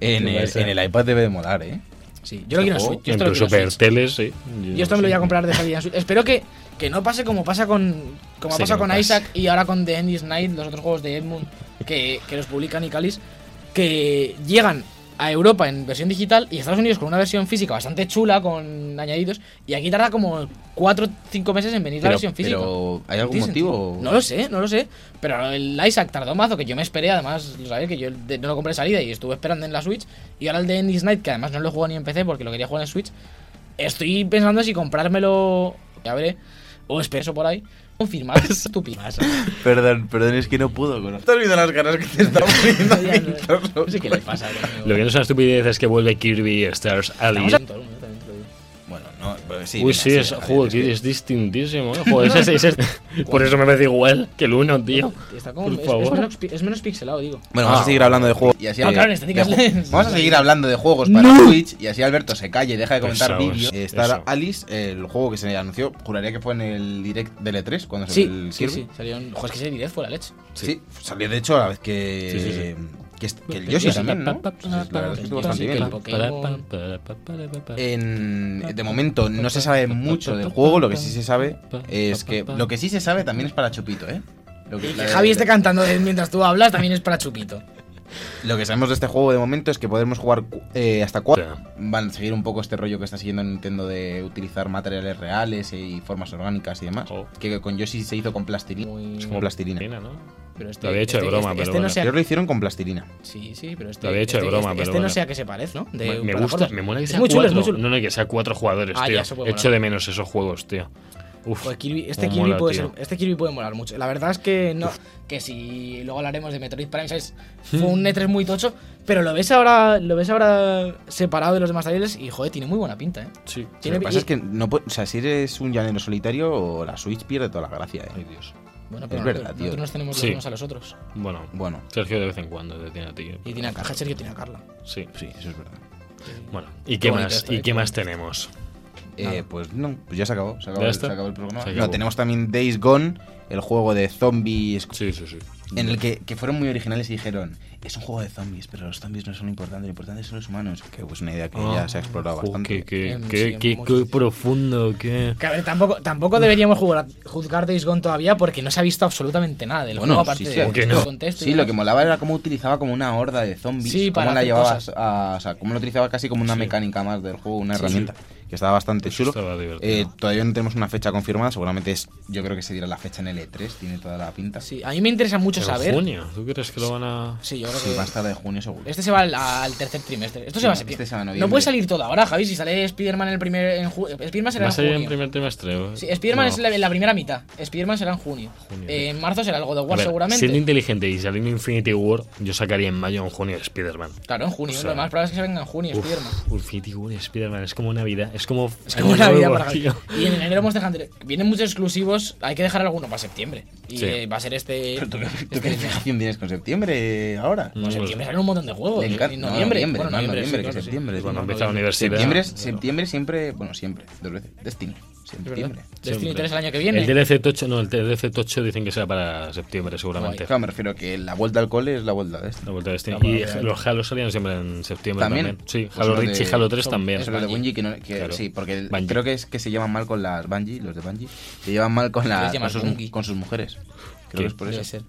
S4: en
S2: Puede
S4: el,
S2: ser.
S4: en el iPad debe de molar, eh.
S3: Sí, yo lo quiero en
S4: juego,
S3: Switch. Yo
S2: En
S3: esto lo
S2: tu
S3: quiero
S2: super
S3: en Switch.
S2: tele, sí.
S3: Yo esto me lo voy a comprar de salida en Switch. Espero que, que no pase como pasa con como ha
S2: Sí, que no
S3: pasado con
S2: pase.
S3: Isaac y ahora con The Endless Night, los otros juegos de Edmund que, que los publican y Calis, que llegan a Europa en versión digital y Estados Unidos con una versión física bastante chula, con añadidos, y aquí tarda como 4 o 5 meses en venir la
S4: Pero,
S3: versión física.
S4: pero ¿hay algún
S3: Tiene
S4: motivo?
S3: sentido. No lo sé, no lo sé. Pero el Isaac tardó mazo, que yo me esperé, además, lo sabéis, que yo de- no lo compré de salida y estuve esperando en la Switch. Y ahora el de Endless Night, que además no lo juego ni en PC porque lo quería jugar en Switch. Estoy pensando si comprármelo, ya veré, o espero por ahí. Confirmar estupidas.
S4: Perdón, perdón, es que no puedo. Con... Te has visto las ganas que te están poniendo.
S3: Ya, no,
S4: Víctor,
S3: no sé qué le pasa.
S2: Lo que no es una estupidez es que vuelve Kirby Stars Alien.
S4: Bueno, no, pero sí.
S2: Uy,
S4: venga,
S2: sí, es,
S4: a ver,
S2: juego,
S4: es
S2: tío,
S4: que-
S2: es distintísimo. ¿eh? Joder, ese- ese- ese- por eso me parece igual que el 1, tío.
S3: Está como,
S2: Por
S3: es- es,
S2: favor.
S3: menos, pi- es menos pixelado, digo.
S4: Bueno, vamos a seguir hablando de juegos. Y así,
S3: Ah,
S4: Ale-
S3: claro, en estética
S4: de
S3: es-
S4: ju- este Vamos a seguir hablando de juegos para Switch y así Alberto se calla y deja de comentar
S2: Pesaos,
S4: vídeos. Eh, Está
S2: eso.
S4: Alice, eh, el juego que se anunció, juraría que fue en el direct del E3 cuando
S3: Sí,
S4: salió el
S3: sí,
S4: Kirby.
S3: sí. Salió un... Ojo, es que ese direct fue la leche.
S4: Sí, salió de hecho a la vez que.
S2: Sí, sí, sí.
S4: Que, est- que el
S3: Pues
S4: Yoshi también, ¿no? Sí, la verdad es que estuvo bastante
S3: Sí, que
S4: bien. Eh,
S3: el Pokémon.
S4: En- de momento no se sabe mucho del juego, lo que sí se sabe es que. Lo que sí se sabe también es para Chupito, ¿eh? Lo que,
S3: Y
S4: la
S3: que
S4: de-
S3: Javi este esté cantando mientras tú hablas también es para Chupito.
S4: Lo que sabemos de este juego de momento es que podemos jugar cu- eh, hasta cuatro. Van a seguir un poco este rollo que está siguiendo Nintendo de utilizar materiales reales y formas orgánicas y demás.
S2: Oh.
S4: Que con Yoshi se hizo con plastilina.
S3: Muy-
S4: Es como plastilina.
S2: Pena, ¿no?
S3: Pero este,
S2: Lo había hecho de
S3: este-
S2: broma,
S3: este-
S2: pero
S3: este
S2: bueno.
S3: no sea-
S4: Ellos lo hicieron con plastilina.
S3: Sí, sí, pero este.
S2: Lo había hecho de
S3: este-
S2: broma,
S3: este-
S2: pero
S3: Este no
S2: bueno.
S3: sea que se parece, ¿no?
S2: Me-
S3: De
S2: me
S3: plataformas.
S2: gusta, me mola que
S3: Es
S2: sea
S3: muy chulo,
S2: cuatro.
S3: es muy chulo.
S2: No, no, que sea cuatro jugadores,
S3: Ah, ya,
S2: tío.
S3: eso puede
S2: Echo
S3: molar.
S2: de menos esos juegos, tío. Uf,
S3: Joder, Kirby- este
S2: cómo
S3: Kirby
S2: mola,
S3: puede
S2: tío.
S3: ser- este Kirby puede molar mucho. La verdad es que no. Que si luego hablaremos de Metroid Prime, ¿sabes?
S2: Hmm.
S3: Fue un E3 muy tocho, pero lo ves ahora, lo ves ahora separado de los demás trailers y joder, tiene muy buena pinta, eh.
S2: Sí.
S4: Lo
S3: Tiene
S4: que pasa
S3: y-
S4: es que no pu- o sea, si eres un llanero solitario, la Switch pierde toda la gracia. ¿eh?
S2: Ay, Dios.
S3: Bueno, pero
S4: es
S3: no-
S4: verdad, tío.
S3: nosotros nos tenemos los
S2: Sí.
S3: unos a los otros.
S2: Bueno,
S4: Bueno,
S2: Sergio de vez en cuando te tiene a ti.
S3: Y tiene a Caja, Sergio tiene a Carla.
S2: Sí.
S4: sí, eso es verdad.
S2: Bueno, ¿y qué
S3: bonito
S2: más?
S3: esto,
S2: ¿Y
S3: eh,
S2: qué más tenemos?
S4: Eh, pues no, pues ya se acabó. Se acabó,
S2: ¿Ya
S4: el,
S2: está?
S4: se acabó el programa.
S2: Se acabó.
S4: No, tenemos también Days Gone, el juego de zombies
S2: Sí, sí, sí.
S4: En el que, que fueron muy originales y dijeron, es un juego de zombies, pero los zombies no son lo importante, lo importante son los humanos. Que es una idea que
S2: Ah,
S4: ya se ha explorado
S2: Jo,
S4: bastante.
S2: Qué, qué,
S3: Em,
S2: qué,
S3: sí,
S2: qué-
S3: hemos-
S2: qué profundo, qué.
S3: Que a ver, tampoco, tampoco deberíamos jugar, juzgar Days Gone todavía porque no se ha visto absolutamente nada del
S4: Bueno,
S3: juego aparte
S4: sí, sí,
S3: de
S4: ¿por
S2: qué
S3: del
S2: no?
S3: contexto y
S4: Sí, lo
S3: demás.
S4: que molaba era cómo utilizaba como una horda de zombies,
S3: Sí,
S4: cómo
S3: para
S4: la
S3: hacer
S4: llevabas
S3: cosas.
S4: a, o sea, cómo lo utilizaba casi como una mecánica más del juego, una herramienta. que estaba bastante
S2: Eso
S4: chulo.
S2: estaba divertido.
S4: Eh, todavía no tenemos una fecha confirmada, seguramente es, yo creo que se dirá la fecha en el E3, tiene toda la pinta.
S3: Sí, a mí me interesa mucho
S2: En
S3: saber.
S2: junio, ¿tú crees que lo van a...?
S3: Sí, yo creo
S4: Sí,
S3: que.
S4: va a estar la de junio seguro.
S3: Este se va al, al tercer trimestre. Esto
S4: Sí,
S3: se va a
S4: este
S3: septiembre.
S4: se va a noviembre.
S3: no puede salir todo ahora, Javi. Si sale Spider-Man el primer. En ju- Spider-Man será
S2: ¿Va a
S3: en
S2: salir en
S3: junio.
S2: primer trimestre? o-
S3: Sí, Spider-Man
S2: No.
S3: es la, la primera mitad. Spider-Man será en junio.
S2: Junio,
S3: Eh,
S2: sí.
S3: en marzo será el God of
S2: A
S3: War,
S2: ver,
S3: seguramente.
S2: Siendo inteligente y saliendo Infinity War, yo sacaría en mayo o en junio Spider-Man.
S3: Claro, en junio.
S2: O sea,
S3: lo más probable es que se venga en junio,
S2: Uf,
S3: Spider-Man.
S2: Infinity War y Spider-Man, es como Navidad, es como...
S3: Es como
S2: Año
S3: la vida
S2: Nuevo,
S3: para
S2: tío.
S3: Y en enero hemos dejado. Vienen muchos exclusivos. Hay que dejar alguno para septiembre. Y
S2: Sí.
S3: eh, va a ser este.
S4: Pero tú, qué- tú
S3: este-
S4: qué fijación tienes con septiembre ahora.
S2: No,
S3: Pues
S2: lo
S3: septiembre
S2: sé.
S3: salen un montón de juegos.
S4: Le
S3: En
S4: encanta- no,
S3: noviembre.
S4: noviembre,
S3: bueno,
S4: no,
S3: noviembre,
S4: noviembre,
S3: sí,
S4: que
S3: claro, sí.
S4: septiembre.
S2: Cuando
S4: no,
S2: empieza la
S4: noviembre.
S2: universidad.
S4: Septiembre, es- septiembre siempre, bueno, siempre, dos veces. Destiny, septiembre.
S3: Destiny
S2: Siempre.
S3: 3 el año que viene.
S2: El DLC Tocho, no, el DLC Tocho dicen que será para septiembre seguramente.
S4: Claro, me refiero que la vuelta al cole es la vuelta de Destiny.
S2: La vuelta de Steam.
S4: Claro,
S2: y
S4: claro.
S2: los Halo salían siempre en septiembre
S4: ¿También?
S2: también. Sí,
S4: Pues
S2: Halo
S4: lo de-
S2: Reach y Halo 3
S3: son-
S2: también.
S4: Eso es lo de
S3: Bungie.
S4: Bungie, que, no, que-
S2: Claro.
S4: sí, porque el-
S2: Bungie.
S4: creo que es que se llevan mal con las Bungie, los de Bungie, se llevan mal con, la-
S3: Les llaman
S4: con, sus,
S3: Bungie.
S4: con sus mujeres.
S2: Sí,
S4: Creo que es por
S3: Debe
S4: eso.
S3: ser.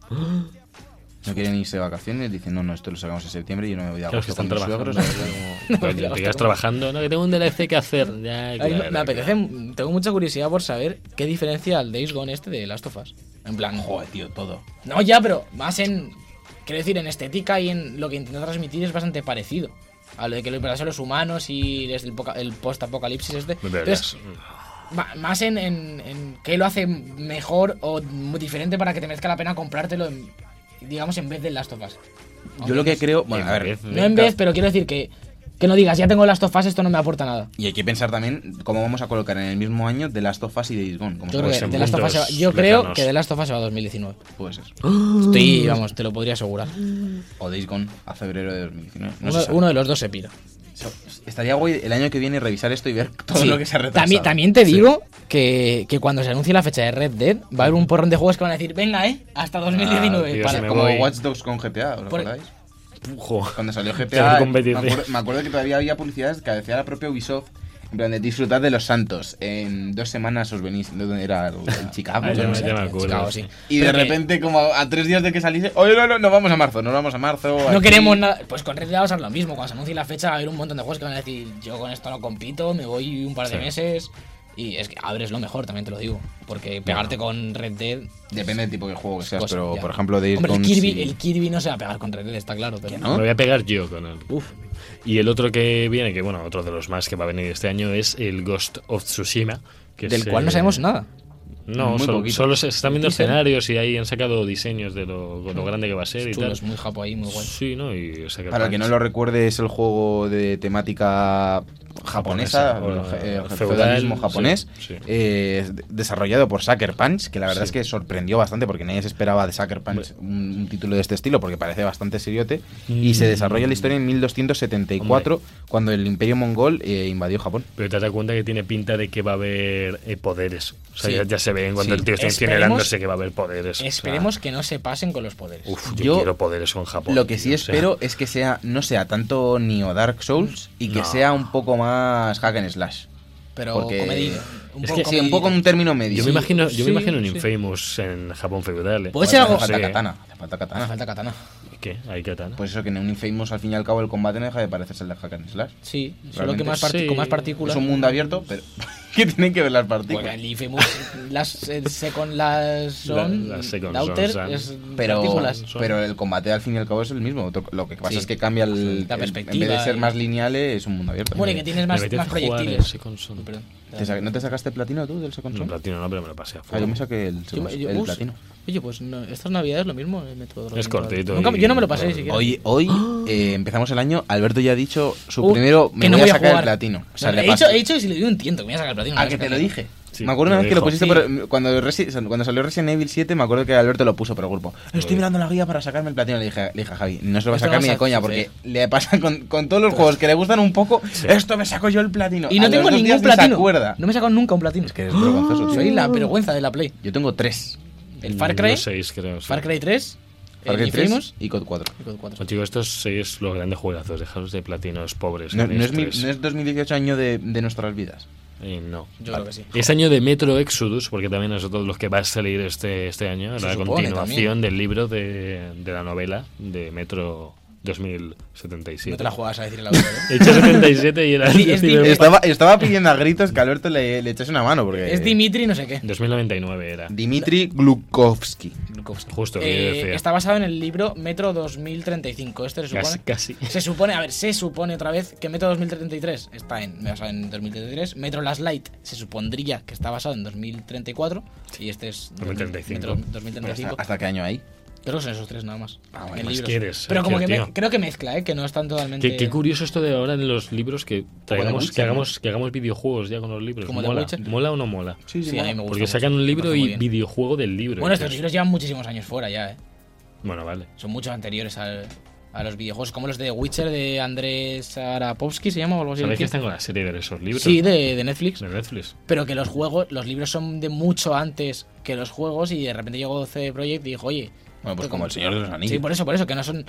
S4: No quieren irse de vacaciones, dicen, no, no, esto lo sacamos en septiembre y yo no me voy a
S2: Claro, es que
S4: agosto con
S2: están
S4: mis
S2: trabajando.
S4: suegros.
S2: ¿no? Pero
S3: No,
S2: ya-
S3: ya
S2: ya
S3: está.
S2: estás trabajando, no, que tengo un DLC que hacer. Ya,
S3: A mí
S2: claro,
S3: me- me
S2: claro.
S3: apetece, tengo mucha curiosidad por saber qué diferencia al Days Gone este de Last of Us. En plan,
S4: Joder, tío, todo.
S3: no ya, pero más en, quiero decir, en estética y en lo que intenta transmitir es bastante parecido. A lo de que lo hiperas a los humanos y desde el, poca- el post-apocalipsis este.
S2: Me
S3: Entonces,
S2: verás.
S3: ma- más en, en, en qué lo hace mejor o muy diferente para que te merezca la pena comprártelo, en- digamos, en vez de Last of Us.
S4: Yo lo que creo,
S2: En
S4: bueno, a ver,
S2: vez
S3: No en vez, pero quiero decir que, que no digas, ya tengo Last of Us, esto no me aporta nada.
S4: y hay que pensar también cómo vamos a colocar en el mismo año The Last of Us y Days Gone. Como
S3: Yo creo,
S2: Pues
S3: que,
S2: en
S3: The Last of Us se va-
S2: puntos
S3: yo creo
S2: lejanos.
S3: que The Last of Us se va a 2019.
S4: puede ser.
S3: ¿Ah? Estoy, vamos, te lo podría asegurar.
S4: O Days Gone a febrero de 2019. No
S3: uno,
S4: se sabe.
S3: uno de los dos se pira.
S4: So- Estaría guay el año que viene revisar esto y ver todo
S3: Sí.
S4: lo que se ha retrasado.
S3: También, también te digo que, que cuando se anuncie la fecha de Red Dead, va a haber un porrón de juegos que van a decir, venga, eh, hasta 2019.
S2: Ah, tío,
S3: para-
S2: se me
S4: Como
S2: voy.
S4: Watch Dogs con GTA, ¿os
S3: Por-
S4: acordáis?
S2: Ujo.
S4: Cuando salió
S2: Tener
S4: GTA, me
S2: competición.
S4: acuerdo, me acuerdo que todavía había publicidades que decía la propia Ubisoft, en plan de disfrutar de los santos. En dos semanas os venís, ¿de ¿dónde era? En Chicago.
S2: Ah, ya
S4: no
S2: me-
S4: sé.
S2: ya me acuerdo,
S3: Chicago, sí.
S2: sí.
S4: Y de
S3: Pero que
S4: repente, como a, a tres días de que saliese, oye, no, no, nos vamos a marzo, nos vamos a marzo.
S3: No
S4: aquí".
S3: queremos nada. Pues con Red Dead va a pasar lo mismo. Cuando se anuncie la fecha, va a haber un montón de juegos que van a decir, yo con esto no compito, me voy un par de
S2: Sí.
S3: meses. Y es que abres lo mejor, también te lo digo. Porque pegarte con Red Dead.
S4: Depende del tipo de juego que seas,
S3: cosa,
S4: pero
S3: Pues ya.
S4: por ejemplo, de
S3: Hombre, el Kirby, el Kirby no se va a pegar con Red Dead, está claro. Pero
S4: no?
S2: Me voy a pegar yo con él.
S3: Uf.
S2: Y el otro que viene, que bueno, otro de los más que va a venir este año es el Ghost of Tsushima. Que
S3: Del
S2: es,
S3: cual no
S2: eh,
S3: sabemos nada.
S2: No,
S4: Muy
S2: solo,
S4: poquito.
S2: solo se están viendo
S3: El teaser.
S2: escenarios y ahí han sacado diseños de lo, lo grande que va a ser y
S3: Chulo,
S2: tal.
S3: es muy japo ahí, muy guay.
S2: Sí, ¿no? Y, o sea,
S4: Para el que no lo recuerde, es el juego de temática japonesa,
S2: Japonesa, o,
S4: o, eh,
S2: feudal,
S4: feudalismo
S2: sí,
S4: japonés,
S2: sí.
S4: eh, es de- desarrollado por Sucker Punch, que la verdad
S2: Sí.
S4: es que sorprendió bastante porque nadie se esperaba de Sucker Punch un, un título de este estilo porque parece bastante seriote. Y se
S2: Mm.
S4: desarrolla la historia en 1274, cuando el imperio mongol eh, invadió Japón.
S2: Pero te das cuenta que tiene pinta de que va a haber eh, poderes. O sea,
S3: Sí.
S2: ya, ya se ve en cuando
S4: Sí.
S2: el tío está
S3: Esperemos-
S2: incinerándose que va a haber poderes. O sea,
S3: Esperemos que no se pasen con los poderes.
S2: uf, yo,
S4: Yo-
S2: quiero poderes con Japón.
S4: Lo que sí
S2: tío, o sea,
S4: espero es que sea no sea tanto Neo Dark Souls y que
S2: No.
S4: sea un poco más hack and slash.
S3: Pero
S4: Porque-
S3: comedido. Un
S4: Es
S3: poco
S4: que sí, un
S3: comedidito.
S4: poco un término medio.
S2: yo me imagino, yo
S3: sí,
S2: me imagino un
S3: sí.
S2: Infamous en Japón feudal. ¿eh?
S3: Puede ser algo-
S4: Hace
S2: Sí.
S4: falta katana, hace falta katana.
S3: Hace falta katana.
S2: ¿Qué? Ahí katana.
S4: Pues eso, que en un Infamous al fin y al cabo el combate no deja de parecerse el de Hack and Slash.
S3: Sí, solo
S4: Realmente
S3: que más parti-
S2: sí.
S3: con más partículas.
S4: Es un mundo abierto, pero ¿qué tienen que ver las partículas?
S3: Bueno, el Infamous, las eh, Second las Son,
S2: La- las Second
S3: Daughter,
S2: Son,
S3: es
S4: pero,
S3: partículas.
S2: son-
S4: pero el combate al fin y al cabo es el mismo. Otro- Lo que pasa
S3: Sí.
S4: es que cambia el,
S3: La
S4: el- En
S3: perspectiva
S4: vez de ser
S3: y-
S4: más lineal, es un mundo abierto.
S3: Bueno, y que tienes más,
S2: Deberías
S3: más
S2: jugar
S3: proyectiles.
S2: ese con Sony.
S3: Perdón.
S4: ¿Te sa- ¿No te sacaste platino tú del Second
S2: No,
S4: Son?
S2: platino no, pero me lo pasé a
S4: Ah,
S2: fuego.
S4: yo me saqué el,
S3: Yo
S4: segundo-
S3: me- yo-
S4: el
S3: uh,
S4: platino.
S3: Oye, pues no, estas navidades lo mismo. eh, meto otro
S2: Es cortito
S3: Nunca-
S2: y-
S3: yo no me lo pasé ni siquiera.
S4: Hoy, hoy eh, empezamos el año. Alberto ya ha dicho su
S3: ¡Ah! Uh,
S4: primero.
S3: que
S4: Me
S3: no
S4: voy a
S3: a
S4: sacar el
S3: jugar.
S4: platino. O sea,
S3: No,
S4: le
S3: he,
S4: paso-
S3: hecho, he hecho y si le di un tiento que me iba a sacar el platino.
S4: Ah,
S3: me
S4: que
S3: voy a
S4: te lo
S3: sacar el
S4: dije.
S2: Sí,
S4: me acuerdo
S2: me
S4: una vez que
S2: dijo.
S4: lo pusiste
S2: Sí.
S4: por- cuando, resi- cuando salió Resident Evil 7, me acuerdo que Alberto lo puso por el grupo. Estoy mirando la guía para sacarme el platino. Le dije, le dije a Javi, no se lo va a
S3: Esto no
S4: sacar
S3: vas
S4: ni de
S3: a-
S4: coña,
S3: sí.
S4: porque le pasa con, con todos los juegos que le gustan un poco. Esto me saco yo el platino.
S3: Y no
S4: A
S3: tengo
S4: los dos días
S3: ningún
S4: ni se
S3: platino.
S4: acuerda.
S3: No me he sacado nunca un platino.
S4: Es que eres vergonzoso, tío. Mm,
S3: Soy la vergüenza de la Play.
S4: Yo tengo tres.
S3: El Far Cry,
S2: Yo seis, creo. sí.
S3: Far Cry 3,
S4: Far
S3: el
S4: Cry 3
S3: Infamous
S4: y COD 4.
S3: y Code 4.
S2: No, Chicos, estos seis los grandes juegazos. Dejaros de platinos pobres.
S4: No,
S2: tenéis
S4: no es mi-
S2: tres.
S4: no es 2018 año de, de nuestras vidas.
S2: Eh, no.
S3: Yo creo que sí.
S2: Es año de Metro Exodus, porque también es otro de los que va a salir este, este año,
S3: Se
S2: la
S3: supone,
S2: continuación
S3: también.
S2: del libro de, de la novela de Metro 2077.
S3: No te la jugabas a decir la otra,
S2: He
S3: ¿eh?
S2: dicho 77 y era
S3: Sí,
S2: el
S3: es diferente.
S4: Estaba, estaba pidiendo a gritos que a Alberto le, le echase una mano. Porque
S3: Es Dimitri no sé qué.
S2: 2099 era.
S4: Dimitri Glukovsky.
S3: Glukovsky.
S2: Justo, que yo
S3: Eh,
S2: decía.
S3: está basado en el libro Metro 2035. Este se
S2: Casi,
S3: supone.
S2: casi.
S3: Se supone, a ver, se supone otra vez que Metro 2033 está en, basado en 2033. Metro Last Light se supondría que está basado en 2034. Y este es
S2: 2035.
S3: Metro
S4: Pero ¿Hasta,
S3: 2035.
S2: Pues, ah,
S4: hasta qué año hay?
S3: Creo que son esos tres nada más.
S4: Ah,
S3: En
S4: bueno,
S2: más
S3: libros.
S2: quieres,
S3: Pero como que
S2: Sergio,
S3: me-
S2: tío.
S3: creo que mezcla, ¿eh? que no están totalmente.
S2: Qué, qué curioso esto de ahora en los libros que traigamos-
S4: Witcher,
S2: que
S4: ¿no?
S2: hagamos que hagamos videojuegos ya con los libros.
S3: Como The
S2: mola,
S3: Witcher.
S2: mola o no mola.
S3: Sí, a mí me gusta
S2: Porque
S3: mucho,
S2: sacan un
S3: me
S2: libro
S3: parece muy
S2: y
S3: bien.
S2: videojuego del libro.
S3: Bueno,
S2: y
S3: estos
S2: dices,
S3: libros llevan muchísimos años fuera ya, ¿eh?
S2: Bueno, vale.
S3: Son muchos anteriores al- a los videojuegos, como los de Witcher de Andrés Arapovsky, se llama o algo así.
S2: ¿Sabéis que
S3: ¿Qué?
S2: están con la serie de esos libros?
S3: Sí, de, de Netflix.
S2: De Netflix.
S3: Pero que los juegos, los libros son de mucho antes que los juegos y de repente llegó CD Projekt y dijo, oye...
S4: Bueno, pues
S3: que
S4: como el Señor de los Anillos.
S3: Sí, por eso, por eso, que no son...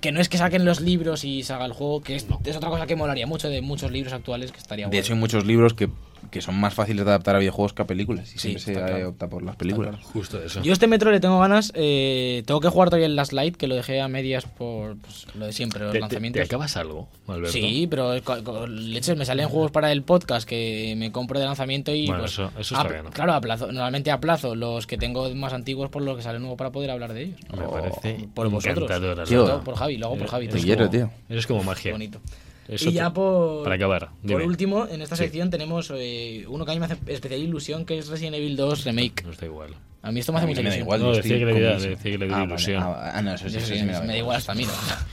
S3: Que no es que saquen los libros y se haga el juego, que es, es otra cosa que molaría mucho de muchos libros actuales que estaría
S4: De
S3: guay.
S4: hecho, hay muchos libros que, que son más fáciles de adaptar a videojuegos que a películas. Y siempre se
S3: está claro.
S4: eh, opta por las películas.
S2: Justo eso.
S3: Yo este metro le tengo ganas, eh, tengo que jugar todavía el Last Light, que lo dejé a medias por pues, lo de siempre, los
S2: ¿Te, te- te
S3: lanzamientos.
S2: acabas algo, Alberto?
S3: Sí, pero eh, co- co- leches, me salen juegos para el podcast que me compro de lanzamiento y.
S2: Bueno,
S3: pues,
S2: eso- eso
S3: a-
S2: está bien, ¿no?
S3: Claro, a plazo, normalmente a plazo los que tengo más antiguos por los que salen nuevo para poder hablar de ellos.
S2: Me parece
S3: Oh, Por vosotros.
S2: encantador,
S3: Sobre todo
S2: Alberto.
S3: por Javi, lo hago por Javi.
S2: Eres
S4: Te
S3: todo.
S4: quiero,
S2: como-
S4: tío.
S2: Eres como magia.
S3: Bonito.
S2: Eso
S3: y ya
S2: te-
S3: por.
S2: Para acabar.
S3: Por
S2: dime.
S3: último, en esta
S2: Sí.
S3: sección tenemos eh, uno que a mí me hace especial ilusión, que es Resident Evil 2 Remake.
S2: Nos da igual.
S3: A mí esto me hace
S4: A mí
S3: mucha
S4: me da
S3: ilusión.
S4: igual,
S2: No,
S4: yo
S2: decía
S4: estoy
S2: que le diera-
S4: convencido.
S2: decía que le
S4: Ah,
S2: diera
S4: vale,
S2: ilusión.
S4: ah, ah, no, eso sí,
S3: Yo
S4: eso
S3: sí,
S4: sí me da
S3: me da
S4: igual.
S3: igual hasta a mí. ¿no? O sea,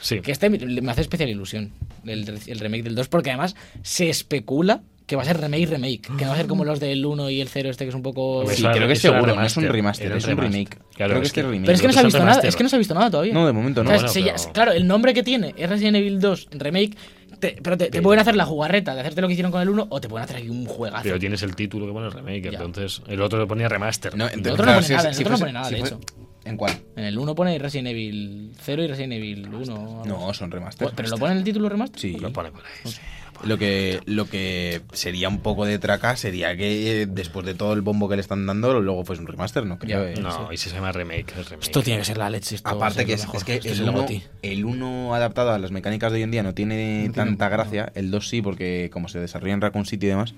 S2: Sí.
S3: Que este me hace especial ilusión, el, el remake del 2, porque además se especula que va a ser remake, remake, que no va a ser como los del 1 y el 0, este que es un poco...
S2: Hombre,
S4: Sí,
S2: eso era-
S4: creo que
S2: eso era
S4: seguro, no es un remaster,
S2: era
S4: es un remake. Creo que este remake.
S3: Pero es que no se ha
S2: Otro
S3: visto nada,
S2: remaster.
S3: es que no se ha visto nada todavía.
S4: No, de momento no.
S3: O sea,
S2: Bueno,
S3: se-
S2: pero-
S3: ya- Claro, el nombre que tiene es Resident Evil 2 Remake, te- pero te, te pueden hacer la jugarreta de hacerte lo que hicieron con el 1 o te pueden hacer aquí un juegazo.
S2: Pero tienes el título que pone remake,
S3: Ya.
S2: entonces el otro le ponía remaster.
S4: No,
S3: otro
S4: entonces,
S3: no
S4: claro,
S3: pone
S4: si-
S3: nada,
S4: si
S3: el otro no
S4: fuese-
S3: pone nada,
S4: si
S3: de
S4: fuese-
S3: hecho.
S4: ¿En cuál?
S3: En el 1 pone Resident Evil 0 y Resident Evil 1. o algo así.
S4: No, son remaster.
S3: Pero lo pone en el título remaster.
S4: Sí.
S2: Lo pone por ahí. sí.
S4: Lo que, lo que sería un poco de traca sería que eh, después de todo el bombo que le están dando, luego fuese un remaster, ¿no? Creo,
S3: Ya,
S4: eh.
S2: No, y si se llama remake, es remake.
S3: Esto tiene que ser la leche. esto va a
S4: Aparte
S3: ser
S4: que
S3: lo
S4: es,
S3: mejor.
S4: es que
S3: Esto es
S4: el
S3: el
S4: 1
S3: GOTY.
S4: el uno adaptado a las mecánicas de hoy en día no tiene
S3: No tiene
S4: tanta
S3: mucho,
S4: gracia, el 2 sí, porque como se desarrolla en Raccoon City y demás.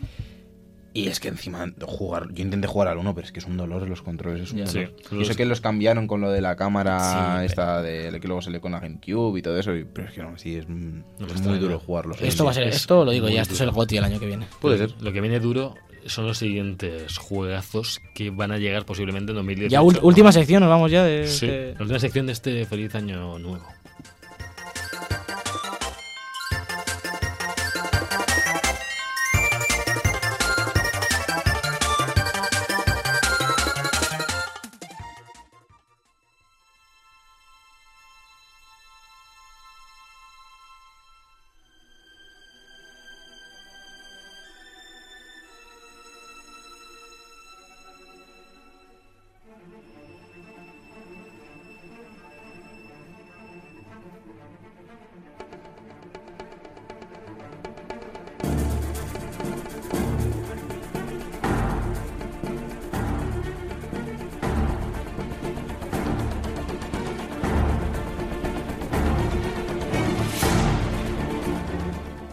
S4: Y es que encima jugar, yo intenté jugar al 1, pero es que es un dolor los controles, es un
S3: Ya.
S4: dolor.
S2: Sí.
S4: yo sé que los cambiaron con lo de la cámara
S2: Sí,
S4: esta de que luego sale con la GameCube y todo eso, y- pero es que no, sí, es, un-
S2: No me
S4: es
S2: extraña.
S4: muy duro jugarlos. hoy en
S3: Esto va a
S4: día.
S3: ser,
S2: es
S3: esto lo digo
S2: muy
S3: ya, esto es
S2: duro.
S3: el GOTY el año que viene.
S4: Puede ser.
S2: Lo que viene duro son los siguientes juegazos que van a llegar posiblemente en 2018.
S3: Ya ul- última sección, nos vamos ya de...
S2: Sí,
S3: de-
S2: la última sección de este feliz año nuevo.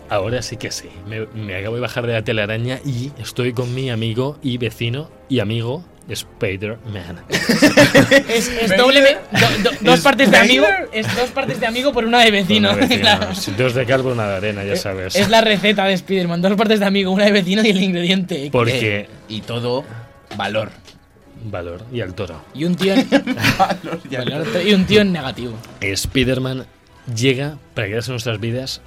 S2: Ahora sí que sí. Me, me acabo de bajar de la telaraña y estoy con mi amigo y vecino y amigo Spider-Man.
S3: Es, es doble... do- do- dos partes de amigo, es dos partes de amigo por una de vecino.
S2: Bueno, vecinos,
S3: claro. Eh,
S2: Dos de calvo, una de arena, ya sabes.
S3: Es la receta de Spider-Man, dos partes de amigo, una de vecino y el ingrediente. X.
S2: Porque
S4: Eh, y todo valor.
S2: valor y al toro.
S3: Y un tío en, Valor- y un tío en negativo.
S2: Spider-Man llega para quedarse en nuestras vidas,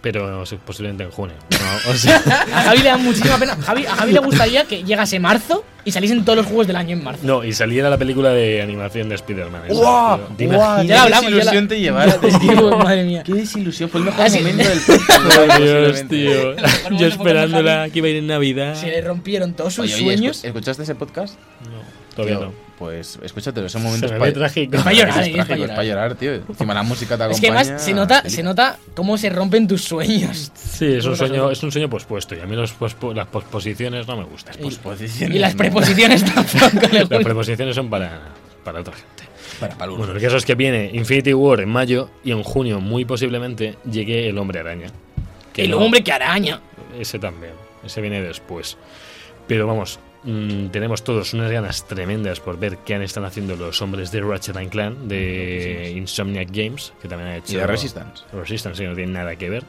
S2: pero posiblemente en junio. ¿no? O sea,
S3: A Javi le da muchísima pena. Javi- a Javi le gustaría que llegase marzo y saliesen todos los juegos del año en marzo.
S2: no, y saliera la película de animación de Spider-Man. ¿eh?
S4: ¡Guau!
S2: ¿Te
S4: ¡Guau!
S2: imaginas?
S3: Ya hablamos, ya
S4: desilusión
S3: la-
S4: te llevaste,
S3: Dios,
S4: tío.
S3: madre mía.
S4: Qué desilusión, fue el mejor
S3: Ah, sí.
S4: momento del podcast.
S2: Dios, tío.
S3: mejor
S2: Yo
S3: momento fue
S2: esperándola
S3: cuando
S2: que iba a ir en Navidad.
S3: Se le rompieron todos sus
S4: Oye, oye,
S3: sueños.
S4: escu- ¿escuchaste ese podcast?
S2: No, todavía
S4: Tío,
S2: no.
S4: Pues escúchatelo, son momentos
S2: Se me ve
S4: pa-
S2: trágico.
S3: Es pa' llorar,
S4: es
S3: eh, es pa'
S4: trágico, es
S3: llorar.
S4: pa' llorar, tío. Encima la música te acompaña.
S3: Es que además se nota, se nota cómo se rompen tus sueños.
S2: Sí, es un
S3: Bueno,
S2: sueño,
S3: no.
S2: es un sueño pospuesto y a mí los pospo- las posposiciones no me gustan.
S4: Pues, pues,
S3: Y las preposiciones tampoco le
S2: Las
S3: gustan.
S2: preposiciones son para, para otra gente.
S4: Para Paluro.
S2: Bueno, el caso es que viene Infinity War en mayo y en junio, muy posiblemente, llegue el Hombre Araña. Que
S3: el
S2: no-
S3: hombre que araña.
S2: Ese también. Ese viene después. Pero vamos, mm, tenemos todos unas ganas tremendas por ver qué han están haciendo los hombres de Ratchet and Clan,
S4: Mm,
S2: de Insomniac Games, que también ha hecho.
S4: Y de Resistance.
S2: Resistance, que no tiene nada que ver,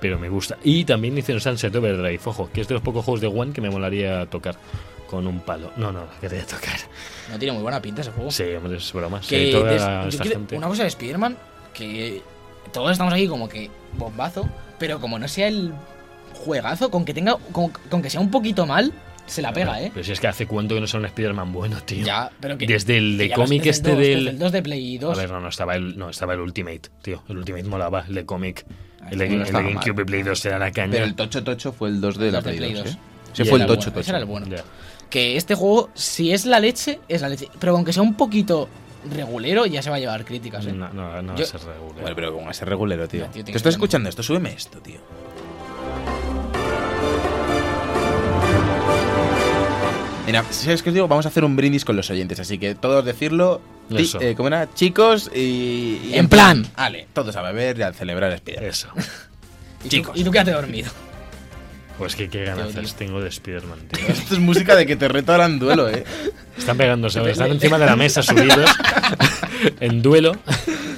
S2: pero me gusta. Y también hicieron Sunset Overdrive, ojo, que es de los pocos juegos de One que me molaría tocar con un palo. No, no, no quería tocar.
S3: No tiene muy buena pinta ese juego.
S2: Sí, hombre, es broma. sí,
S3: que
S2: toda
S3: des- yo
S2: esta
S3: quiero-
S2: gente.
S3: Una cosa de Spider-Man, que todos estamos aquí como que bombazo, pero como no sea el juegazo, con que tenga con, con que sea un poquito mal, se la pega, ¿eh?
S2: Pero si es que hace cuánto que no son un Spider-Man bueno, tío.
S3: Ya, pero que-
S2: Desde el de
S3: que ya lo-
S2: cómic este
S3: desde el dos,
S2: del.
S3: desde el 2 de Play 2.
S2: A ver, no, no estaba el, no, estaba el Ultimate, tío. El Ultimate molaba, el de cómic.
S3: Ah,
S2: El de,
S4: sí, no
S2: el de
S4: estaba mal.
S2: GameCube y Play 2 era la caña.
S4: Pero el Tocho Tocho fue el 2 de la
S3: El de
S4: Play
S3: Play
S4: 2, ¿eh?
S3: 2.
S4: Se
S2: Y
S4: fue
S2: era
S4: el
S2: el
S3: bueno,
S4: Tocho
S3: ese
S4: Tocho.
S3: era el bueno.
S2: Ya.
S3: Que este juego, si es la leche, es la leche. Pero aunque sea un poquito regulero, ya se va a llevar críticas, ¿eh?
S2: No, no, no va
S3: Yo-
S2: a ser regular.
S4: Bueno, pero con ese regulero, tío.
S3: Ya, tío,
S4: ¿Te
S3: tiene
S4: estás
S3: que-
S4: escuchando esto? Súbeme esto, tío. Mira, ¿sabes qué os digo? Vamos a hacer un brindis con los oyentes, así que todos decirlo. Ti-
S2: Eso.
S4: eh, ¿Cómo era? Chicos y. y
S3: En plan.
S4: Ale, todos a beber y a celebrar Spider-Man.
S2: Eso.
S3: Y,
S4: Chicos.
S3: Tú, y tú quédate dormido.
S2: Pues que qué
S3: Yo,
S2: ganas
S3: tío.
S2: tengo de Spider-Man, tío.
S4: Esto es música de que te retoran duelo, ¿eh?
S2: Están pegándose, ahora, están encima de la mesa subidos en duelo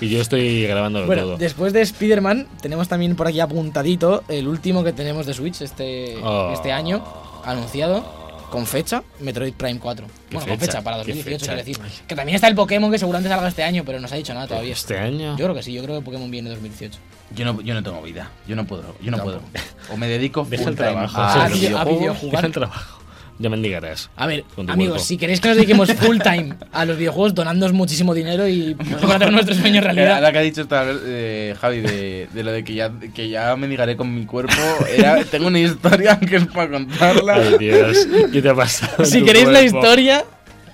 S2: y yo estoy grabándolo
S3: Bueno,
S2: todo.
S3: después de Spider-Man, tenemos también por aquí apuntadito el último que tenemos de Switch este,
S2: Oh.
S3: este año, anunciado. Con fecha, Metroid Prime 4.
S2: ¿Qué
S3: Bueno, con
S2: fecha?
S3: fecha, para
S2: ¿Qué
S3: 2018,
S2: fecha?
S3: quiero decir. Que también está el Pokémon, que seguramente salga este año, pero no se ha dicho nada todavía.
S2: Este año.
S3: Yo creo que sí, yo creo que Pokémon viene 2018.
S4: Yo no, yo no tengo vida. Yo no puedo. Yo no puedo. O me dedico
S2: Deja el
S4: full time
S2: trabajo.
S4: a
S3: Ah,
S2: sí,
S4: los
S3: video- a
S4: videojuegos.
S3: videojugar.
S2: Deja el trabajo. Ya mendigarás.
S3: A ver,
S2: Con tu
S3: amigos,
S2: cuerpo.
S3: si queréis que nos dediquemos full time a los videojuegos, donadnos muchísimo dinero y hacer nuestros sueños realidad.
S4: Ahora que ha dicho esta, eh, Javi de, de lo de que ya, que ya mendigaré con mi cuerpo, era- tengo una historia que es para
S2: Ay,
S4: contarla.
S2: Dios. ¿Qué te ha pasado? en
S3: Si
S2: tu
S3: queréis la
S2: cuerpo?
S3: historia,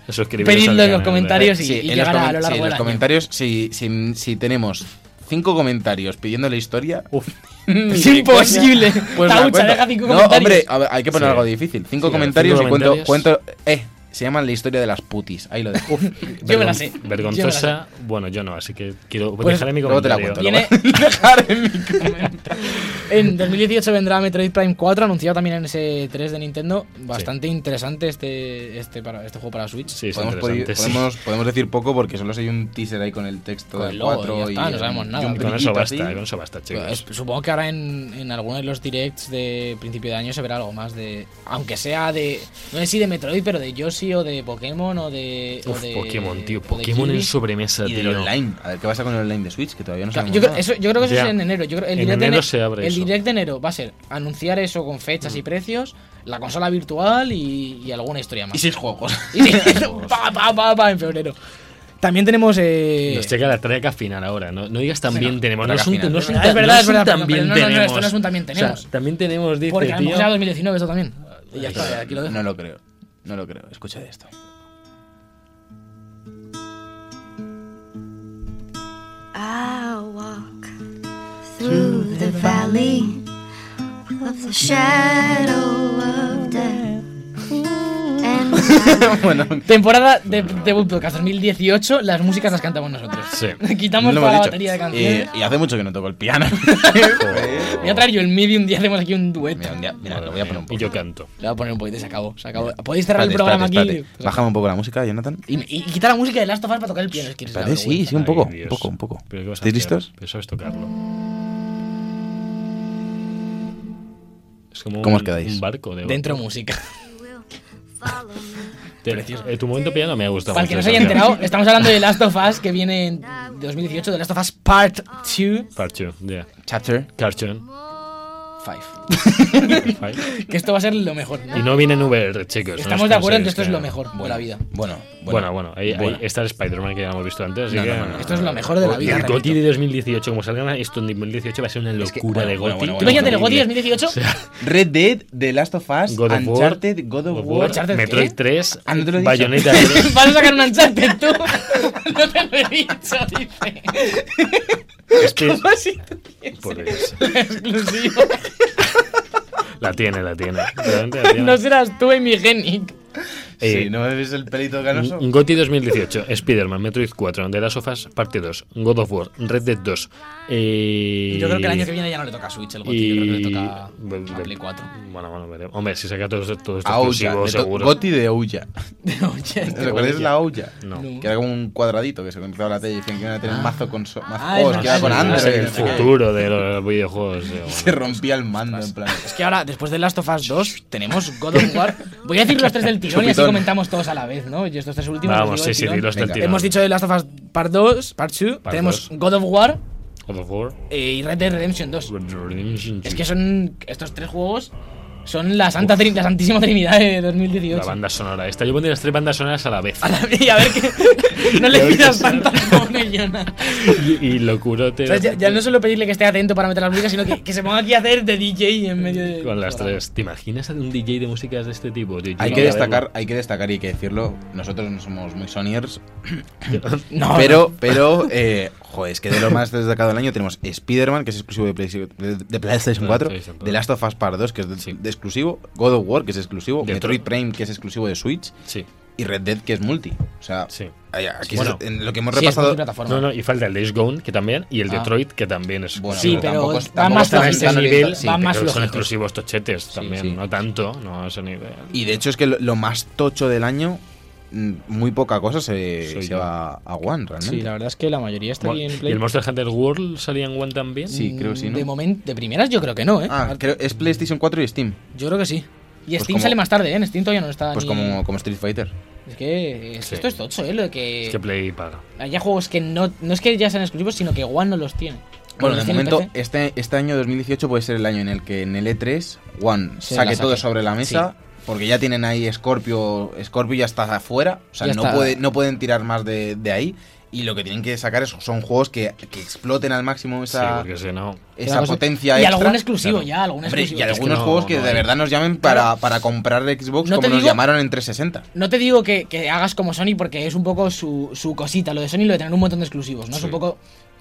S2: Suscribiros
S3: pedidlo
S2: al
S3: en los
S2: canal,
S3: comentarios y-
S4: en los
S3: llegará a
S4: comen-
S3: lo largo
S4: sí, en
S3: del
S4: los
S3: año.
S4: comentarios, si, si, si tenemos cinco comentarios pidiendo la historia.
S2: Uf.
S3: es
S4: ni de
S3: imposible.
S4: coña, pues la
S3: Taucha,
S4: cuento.
S3: deja cinco
S4: no,
S3: comentarios.
S4: hombre, a ver, hay que poner
S2: Sí.
S4: algo difícil. Cinco
S2: Sí,
S4: comentarios
S2: cinco
S4: y cuento,
S2: comentarios.
S4: cuento- Eh, se llaman la historia de las putis. Ahí lo dejo.
S3: Yo me la sé. Yo me
S2: Vergonzosa. Bueno, yo no, así que quiero
S3: Pues
S2: dejar en mi
S4: luego te la
S2: comentario.
S4: cuento.
S3: Viene-
S4: Dejar en mi comentario.
S3: En 2018 vendrá Metroid Prime 4, anunciado también en ese 3 de Nintendo. Bastante interesante este, este, para, este juego para Switch.
S2: Sí, es
S4: podemos,
S2: interesante.
S4: podi-
S2: sí.
S4: podemos, podemos decir poco porque solo hay un teaser ahí con el texto
S3: Con el
S4: del
S3: logo,
S4: 4
S3: ya está,
S4: y,
S3: no sabemos
S4: y
S3: nada.
S4: un
S2: Y con
S4: brillito
S2: eso basta,
S4: así.
S2: con eso basta, chicos.
S3: Pues, supongo que ahora en, en alguno de los directs de principio de año se verá algo más de. Aunque sea de. No sé si de Metroid, pero de Yoshi o de Pokémon o de. o
S4: pues,
S2: Uf,
S3: de-
S2: Pokémon, tío.
S3: o de
S2: Pokémon en
S3: Kirby.
S2: sobremesa,
S4: Y
S2: tío.
S4: del online. A ver, ¿qué pasa con el online de Switch? Que todavía no
S3: Claro,
S4: sabemos
S3: Yo creo,
S4: nada.
S3: eso, yo creo que eso
S2: Ya.
S3: es en enero. Yo creo, el
S2: En
S3: direct de
S2: enero
S3: ene-
S2: se abre
S3: el
S2: eso. Mm.
S3: direct de enero va a ser anunciar eso con fechas y precios, la consola virtual y, y alguna historia más.
S4: Y seis juegos.
S3: Y pa, pa, pa, pa, en febrero. También tenemos. eh,
S2: Nos llega la traca final ahora. No, no digas también
S4: no,
S2: tenemos. No
S4: traca
S2: es un,
S4: final.
S2: no es un-
S3: Es verdad,
S2: no
S3: es
S2: es un
S3: verdad, perdón,
S2: también
S3: perdón, no, no, no,
S2: tenemos.
S3: esto no es un también
S2: O sea,
S3: tenemos.
S2: también tenemos, dice,
S3: porque a lo
S2: tío.
S3: mejor será 2019 esto también. Y ya está, aquí lo dejo.
S4: No lo creo. No lo creo. Escucha esto.
S6: I'll walk through the valley of the shadow of death. And I
S4: bueno,
S3: Temporada de, de Boot Podcast 2018, las músicas las cantamos nosotros.
S2: Sí.
S3: Quitamos
S4: no lo
S3: toda la
S4: hemos
S3: batería de
S4: dicho.
S3: canciones.
S4: Y, y hace mucho que no toco el piano.
S3: Voy a traer yo el MIDI un día hacemos aquí un dueto.
S4: mira, un día- mira, lo voy a poner un
S2: Y
S4: poco.
S2: yo canto.
S3: Le voy a poner un poquito y se acabó. Se acabó. Podéis cerrar el programa aquí.
S4: espérate. Bájame un poco la música, Jonathan.
S3: Y, y quitar la música de Last of Us para tocar el piano. Es que eres una
S4: Espérate, sí,
S3: vergüenza.
S4: sí, un
S2: Ay,
S4: poco. Un
S2: Dios.
S4: poco, un poco.
S2: ¿Pero qué vas a
S4: ¿Estáis
S2: hacer?
S4: listos?
S2: Pero sabes tocarlo. Es como un,
S4: ¿Cómo os quedáis?
S2: un barco de
S3: Dentro música.
S6: will follow me.
S2: Te- eh, tu momento piano me ha gustado.
S3: Para el que no
S2: mucho,
S3: se haya
S2: tío.
S3: enterado, estamos hablando de Last of Us que viene en 2018, de Last of Us Part 2.
S2: Parcho, ya.
S4: Chatter.
S2: Carchon.
S3: 5.
S2: Fine.
S3: Que esto va a ser lo mejor.
S2: Y no viene en VR, chicos. no
S3: Estamos
S2: os
S3: de acuerdo en
S2: penséis
S3: que esto es lo mejor de la vida.
S4: Bueno,
S2: Bueno, bueno, ahí, ahí
S4: Bueno.
S2: está el Spider-Man que ya hemos visto antes. así
S4: No,
S2: que-
S4: no, no, no, no.
S3: Esto es lo mejor de la vida.
S2: El
S3: repito.
S2: GOTY de 2018, como salga esto en 2018, va a ser una locura
S4: que- bueno,
S2: de
S4: bueno,
S2: GOTY.
S4: bueno,
S3: ¿Tú imagínate el
S4: Bueno,
S3: GOTY 2018?
S4: Red Dead, The Last of Us,
S2: God of War,
S4: Uncharted, God of War.
S3: Uncharted ¿eh?
S2: Metroid
S3: qué?
S2: 3,
S4: Ah, no te lo he dicho.
S2: Bayonetta 3.
S3: Vas a sacar un Uncharted tú. No te lo he dicho, dice.
S2: Speed-
S3: ¿Cómo así tú tienes
S2: Por Dios.
S3: el exclusivo?
S2: La tiene, la tiene. Realmente la tiene.
S3: No serás tú, Emi Genic.
S2: Eh,
S4: Sí, ¿no me ves el pelito ganoso?
S2: Goti 2018, Spider-Man, Metroid 4, The Last of Us Parte 2, God of War, Red Dead 2. eh,
S3: Yo creo que el año que viene ya no le toca a Switch el GOTY, yo creo que le toca
S2: Bueno,
S3: a Play 4.
S2: Bueno, bueno, veremos. Hombre, si saca todo, todo esto
S4: Aulla.
S2: exclusivo,
S4: de to-
S2: seguro.
S4: Goti de Aulla.
S3: Oye,
S4: ¿Recuerdas la Aulla?
S2: No.
S3: No.
S4: Que era como un cuadradito que se conectaba a la tele y decían que iban a tener mazo con... so- mazo-
S3: Ah, es
S4: oh, es que iba
S3: verdad,
S4: con
S3: es
S2: Es
S3: verdad,
S4: Android.
S2: el
S4: no sé qué.
S2: futuro de los videojuegos. eh,
S4: Se
S2: bueno.
S4: rompía el mando, en plan...
S3: Es que ahora, después de Last of Us 2, tenemos God of War. Voy a decir los tres del tirón y así
S4: Chupitón.
S3: comentamos todos a la vez, ¿no? Y estos tres últimos.
S2: Vamos,
S3: los digo
S2: sí,
S3: del
S2: sí,
S3: tirón.
S2: los del
S4: Venga.
S2: tirón.
S3: Hemos dicho de Last of Us Part 2, Part 2.
S2: Part
S3: tenemos
S2: 2.
S3: God of War
S2: God of War,
S3: eh, y Red Dead Redemption 2.
S2: Red Dead Redemption
S3: Es
S2: 2.
S3: que son. Estos tres juegos son la, Santa Trin- la Santísima Trinidad de 2018.
S2: La banda sonora esta. Yo pondría las tres bandas sonoras a la vez.
S3: A la- y a ver que. no le pidas tantas cojones, Jonas.
S2: y, y locurote.
S3: O sea, ya, ya no solo pedirle que esté atento para meter las músicas, sino que, que se ponga aquí a hacer de DJ en medio de.
S2: Con las tres. ¿Te imaginas a un DJ de músicas de este tipo? Yo- yo
S4: Hay
S2: no
S4: que
S2: voy a
S4: destacar, hay que destacar y hay que decirlo, nosotros no somos muy soniers,
S3: No,
S4: pero, pero, eh, joder, es que de lo más destacado del año tenemos Spider-Man, que es exclusivo de, Play- de- de PlayStation 4,
S2: PlayStation
S4: The Last of Us Part 2, que es de,
S2: Sí.
S4: de exclusivo, God of War, que es exclusivo,
S2: De
S4: Metroid
S2: todo.
S4: Prime, que es exclusivo de Switch,
S2: verlo. Sí.
S4: y Red Dead, que es multi. O sea,
S2: Sí.
S4: ay, aquí
S2: Sí.
S4: es-
S2: Bueno.
S4: en lo que hemos
S3: Sí, es
S4: repasado...
S3: multiplataforma.
S2: No, no, y falta el Days Gone, que también, y el
S3: Ah.
S2: Detroit, que también es.
S4: Bueno,
S3: Sí,
S4: pero
S3: pero
S4: tampoco-
S3: va
S4: tampoco
S3: más
S2: Están
S3: flojito.
S4: están-
S2: a ese
S4: están
S2: nivel,
S4: orientados- sí,
S3: va
S2: pero
S3: más
S2: son
S3: flojitos.
S2: exclusivos tochetes también,
S4: sí.
S2: no tanto, no a ese nivel.
S4: Y de hecho es que lo, lo más tocho del año, mm, muy poca cosa se,
S2: Soy
S4: se
S2: yo.
S4: va a One, realmente.
S3: Sí, la verdad es que la mayoría está
S2: Mo-
S3: bien en
S2: ¿Y
S3: Play. Mm,
S2: el Monster Hunter World salía en One también?
S4: Sí, creo que sí, ¿no?
S3: De momento, de primeras yo creo que no, ¿eh?
S4: Ah, creo, es PlayStation 4 y Steam.
S3: Yo creo que sí. Y
S4: Pues
S3: Steam
S4: como-
S3: sale más tarde, ¿eh? En Steam todavía no está
S4: Pues
S3: ni-
S4: como, como Street Fighter.
S3: Es que es que
S2: Sí.
S3: esto es tocho, ¿eh? Lo de que...
S2: Es que Play paga.
S3: Haya juegos que no... No es que ya sean exclusivos, sino que One no los tiene.
S4: Bueno, de
S3: los tiene en
S4: momento,
S3: PC.
S4: este, este año 2018 puede ser el año en el que en el E3 One
S3: Se la
S4: saque
S3: saque.
S4: todo sobre la mesa, porque ya tienen ahí Scorpio, Scorpio ya está afuera, o sea,
S3: Ya
S4: no,
S3: está.
S4: puede, no pueden tirar más de, de ahí, y lo que tienen que sacar es, son juegos que, que exploten al máximo
S2: sí,
S4: esa,
S2: porque si no.
S4: esa
S3: Una cosa-
S4: potencia
S3: Y
S4: extra.
S3: algún exclusivo
S2: Claro.
S3: ya, algún
S4: Hombre,
S3: exclusivo.
S4: y
S2: Es que
S4: algunos
S2: no-
S4: juegos que
S2: no
S4: de
S2: hay.
S4: verdad nos llamen para, para comprar Xbox
S3: No te
S4: como nos
S3: digo-
S4: llamaron en 360.
S3: No te digo que, que hagas como Sony porque es un poco su, su cosita, lo de Sony, lo de tener un montón de exclusivos, ¿no? Es
S2: Sí.
S3: un poco...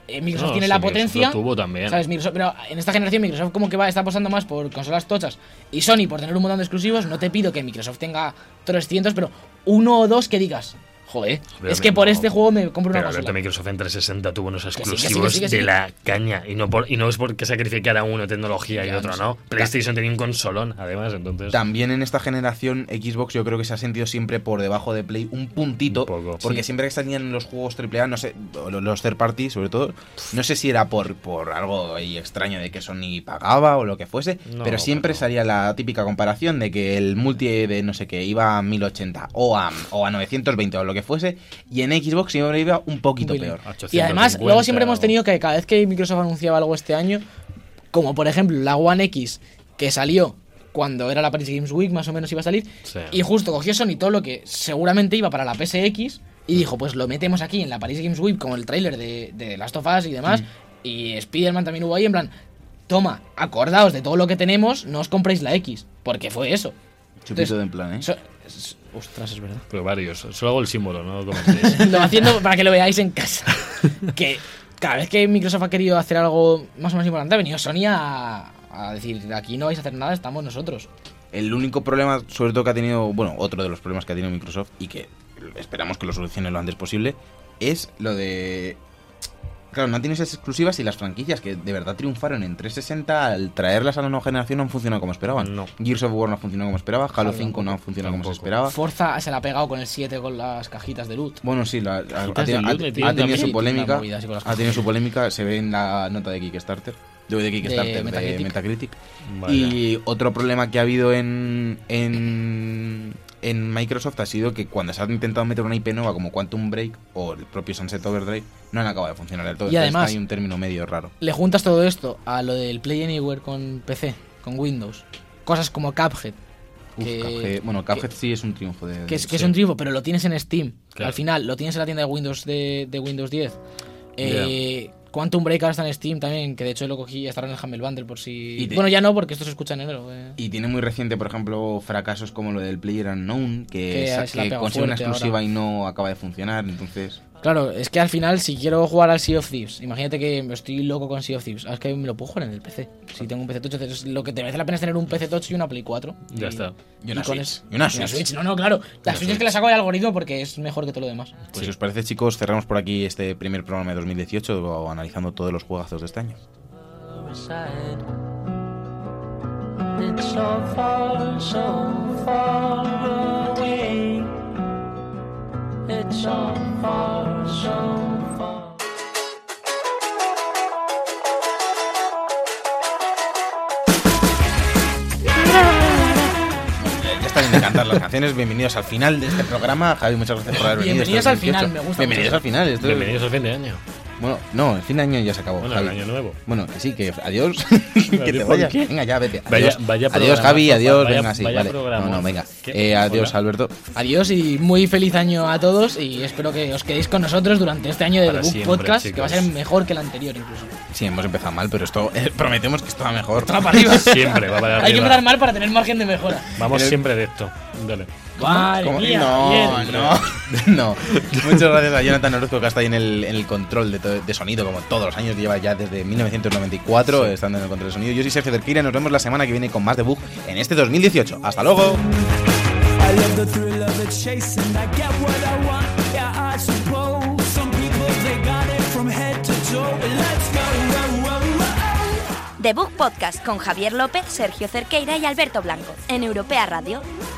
S3: eh, Microsoft
S2: No,
S3: tiene
S2: sí,
S3: la
S2: Microsoft
S3: potencia...
S2: Lo tuvo también.
S3: ¿Sabes? Microsoft, pero en esta generación Microsoft como que va, está apostando más por consolas tochas y Sony por tener un montón de exclusivos. No te pido que Microsoft tenga 300, pero uno o dos que digas, joder,
S2: Pero
S3: es que
S2: no.
S3: por este juego me compro una
S2: Pero Alberto,
S3: consola.
S2: Microsoft en 360 tuvo unos
S3: sí, que sí, que
S2: exclusivos
S3: sí, que
S2: de
S3: sí.
S2: la caña. Y no, por, y no es porque sacrificara uno tecnología y
S3: Ya,
S2: otro,
S3: no sé.
S2: ¿no? PlayStation tenía un consolón, además, entonces.
S4: También en esta generación Xbox yo creo que se ha sentido siempre por debajo de Play un
S2: Un
S4: puntito,
S2: poco.
S4: porque
S3: Sí.
S4: siempre que salían los juegos AAA, no sé, o lo- los third party sobre todo, no sé si era por, por algo ahí extraño de que Sony pagaba o lo que fuese,
S2: No,
S4: pero siempre
S2: pero no.
S4: salía la típica comparación de que el multi de no sé qué iba a 1080 o a, o a 920 o lo que fuese, y en Xbox siempre iba un poquito
S3: Un pelín.
S4: peor.
S2: Ah,
S3: Y
S2: 850
S3: además, luego siempre hemos
S2: o-
S3: tenido que cada vez que Microsoft anunciaba algo este año, como por ejemplo la One X, que salió cuando era la Paris Games Week, más o menos iba a salir,
S2: Sí.
S3: y justo cogió Sony todo lo que seguramente iba para la PSX y dijo, pues lo metemos aquí en la Paris Games Week, como el tráiler de, de Last of Us y demás,
S2: Mm.
S3: y Spider-Man también hubo ahí, en plan, toma, acordaos de todo lo que tenemos, no os compréis la X, porque fue eso.
S4: Chupito de en plan, ¿eh?
S3: Eso- es- ostras, es verdad.
S2: Pero varios. Solo hago el símbolo, ¿no? Como estéis.
S3: Lo haciendo para que lo veáis en casa. Que cada vez que Microsoft ha querido hacer algo más o menos importante, ha venido Sony a, a decir, aquí no vais a hacer nada, estamos nosotros.
S4: El único problema, sobre todo que ha tenido, bueno, otro de los problemas que ha tenido Microsoft y que esperamos que lo solucione lo antes posible, es lo de... Claro, no tienes esas exclusivas y las franquicias que de verdad triunfaron en 360 al traerlas a la nueva generación no han funcionado como esperaban.
S2: No.
S4: Gears of War no funcionó como esperaba, Halo 5 no ha funcionado como se
S2: Tampoco.
S4: esperaba.
S3: Forza se la ha pegado con el 7 con las cajitas de loot.
S4: Bueno, sí, la- ha, ha
S2: de
S4: tenido- ha-
S2: luz le tiran
S4: ha tenido
S2: también.
S4: su
S3: Sí,
S4: polémica.
S3: tiran movidas así con las
S4: Ha tenido su polémica, se ve en la nota de Kickstarter. De, de Kickstarter, de
S3: Metacritic.
S4: Metacritic.
S2: Vaya.
S4: Y otro problema que ha habido en, en, en Microsoft ha sido que cuando se ha intentado meter una IP nueva como Quantum Break o el propio Sunset Overdrive, no han acabado de funcionar del todo.
S3: Y
S4: Entonces
S3: además-
S4: hay un término medio raro.
S3: Le juntas todo esto a lo del Play Anywhere con PC, con Windows. Cosas como Cuphead.
S4: Uf,
S3: que-
S4: Cuphead- bueno, Cuphead sí es un triunfo. De,
S3: que es, que es
S4: sí.
S3: un triunfo, pero lo tienes en Steam.
S2: Claro.
S3: Al final, lo tienes en la tienda de Windows de, de Windows 10. Eh, Quantum Break ahora está en Steam también, que de hecho lo cogí y estará en el Humble Bundle por si...
S4: Y te-
S3: Bueno, ya no, porque esto se escucha en enero. eh.
S4: Y tiene muy reciente, por ejemplo, fracasos como lo del Player Unknown, que,
S3: Que
S4: sa-
S3: se la
S4: que
S3: pega
S4: consigue una
S3: fuerte
S4: exclusiva
S3: ahora.
S4: y no acaba de funcionar. Entonces,
S3: Claro, es que al final, si quiero jugar al Sea of Thieves, imagínate que estoy loco con Sea of Thieves, ah, es que me lo puedo jugar en el PC. Si tengo un PC tocho, entonces lo que te merece la pena es tener un PC tocho y una Play 4.
S2: Ya está.
S4: Y una
S3: con
S4: Switch.
S3: es-
S4: Y una
S3: Switch.
S4: Switch.
S3: No, no, claro. La Switch es que la saco del algoritmo porque es mejor que todo lo demás.
S4: Pues si os parece, chicos, cerramos por aquí este primer programa de 2018 analizando todos los juegazos de este año.
S7: side. It's so far, so far away. It's so far, so far.
S4: Ya está bien de cantar las canciones. Bienvenidos al final de este programa. Javi, muchas gracias por haber venido.
S3: Bienvenidos
S4: Esto
S3: al
S4: es 2018.
S3: final, me gusta
S4: Bienvenidos
S3: mucho.
S4: al final. esto es-
S2: Bienvenidos al fin de año.
S4: Bueno, no, el fin de año ya se acabó.
S2: Bueno,
S4: Javi.
S2: el año nuevo.
S4: Bueno, que sí, que adiós. que te
S2: ¿por
S4: vayas.
S2: qué?
S4: Venga, ya, vete.
S2: Vaya-
S4: Adiós,
S2: vaya
S4: adiós
S2: programa,
S4: Javi,
S2: Rafa,
S4: adiós.
S2: vaya-
S4: venga, sí,
S2: vaya
S4: vale.
S2: programa.
S4: No, no, venga.
S2: ¿Qué?
S4: Eh, adiós,
S2: Hola.
S4: Alberto.
S3: Adiós y muy feliz año a todos y espero que os quedéis con nosotros durante este año de
S2: Para
S3: The Book
S2: siempre,
S3: Podcast, que va a ser
S2: chicos.
S3: mejor que el anterior incluso.
S4: Sí, hemos empezado mal, pero esto eh, prometemos que esto va mejor.
S3: Está para arriba.
S2: Siempre, va para
S3: Hay que
S2: arriba.
S3: empezar mal para tener margen de mejora.
S2: Vamos
S4: Pero-
S2: siempre de esto. Dale.
S3: Madre
S4: ¿Cómo?
S3: mía,
S4: No,
S3: bien.
S4: no, no. Muchas gracias a Jonathan Orozco que está ahí en el, en el control de, to- de sonido, como todos los años, lleva ya desde 1994 estando en el control de sonido. Yo soy Sergio Cerquira y nos vemos la semana que viene con más debug en este 2018. ¡Hasta luego!
S8: I love the thrill of the chase and I get what I want. Yeah, I suppose some people they got it from head to toe. But let's go, whoa, whoa, whoa.
S1: The Book Podcast con Javier López, Sergio Cerqueira y Alberto Blanco en Europea Radio.
S7: oh. oh. oh, oh.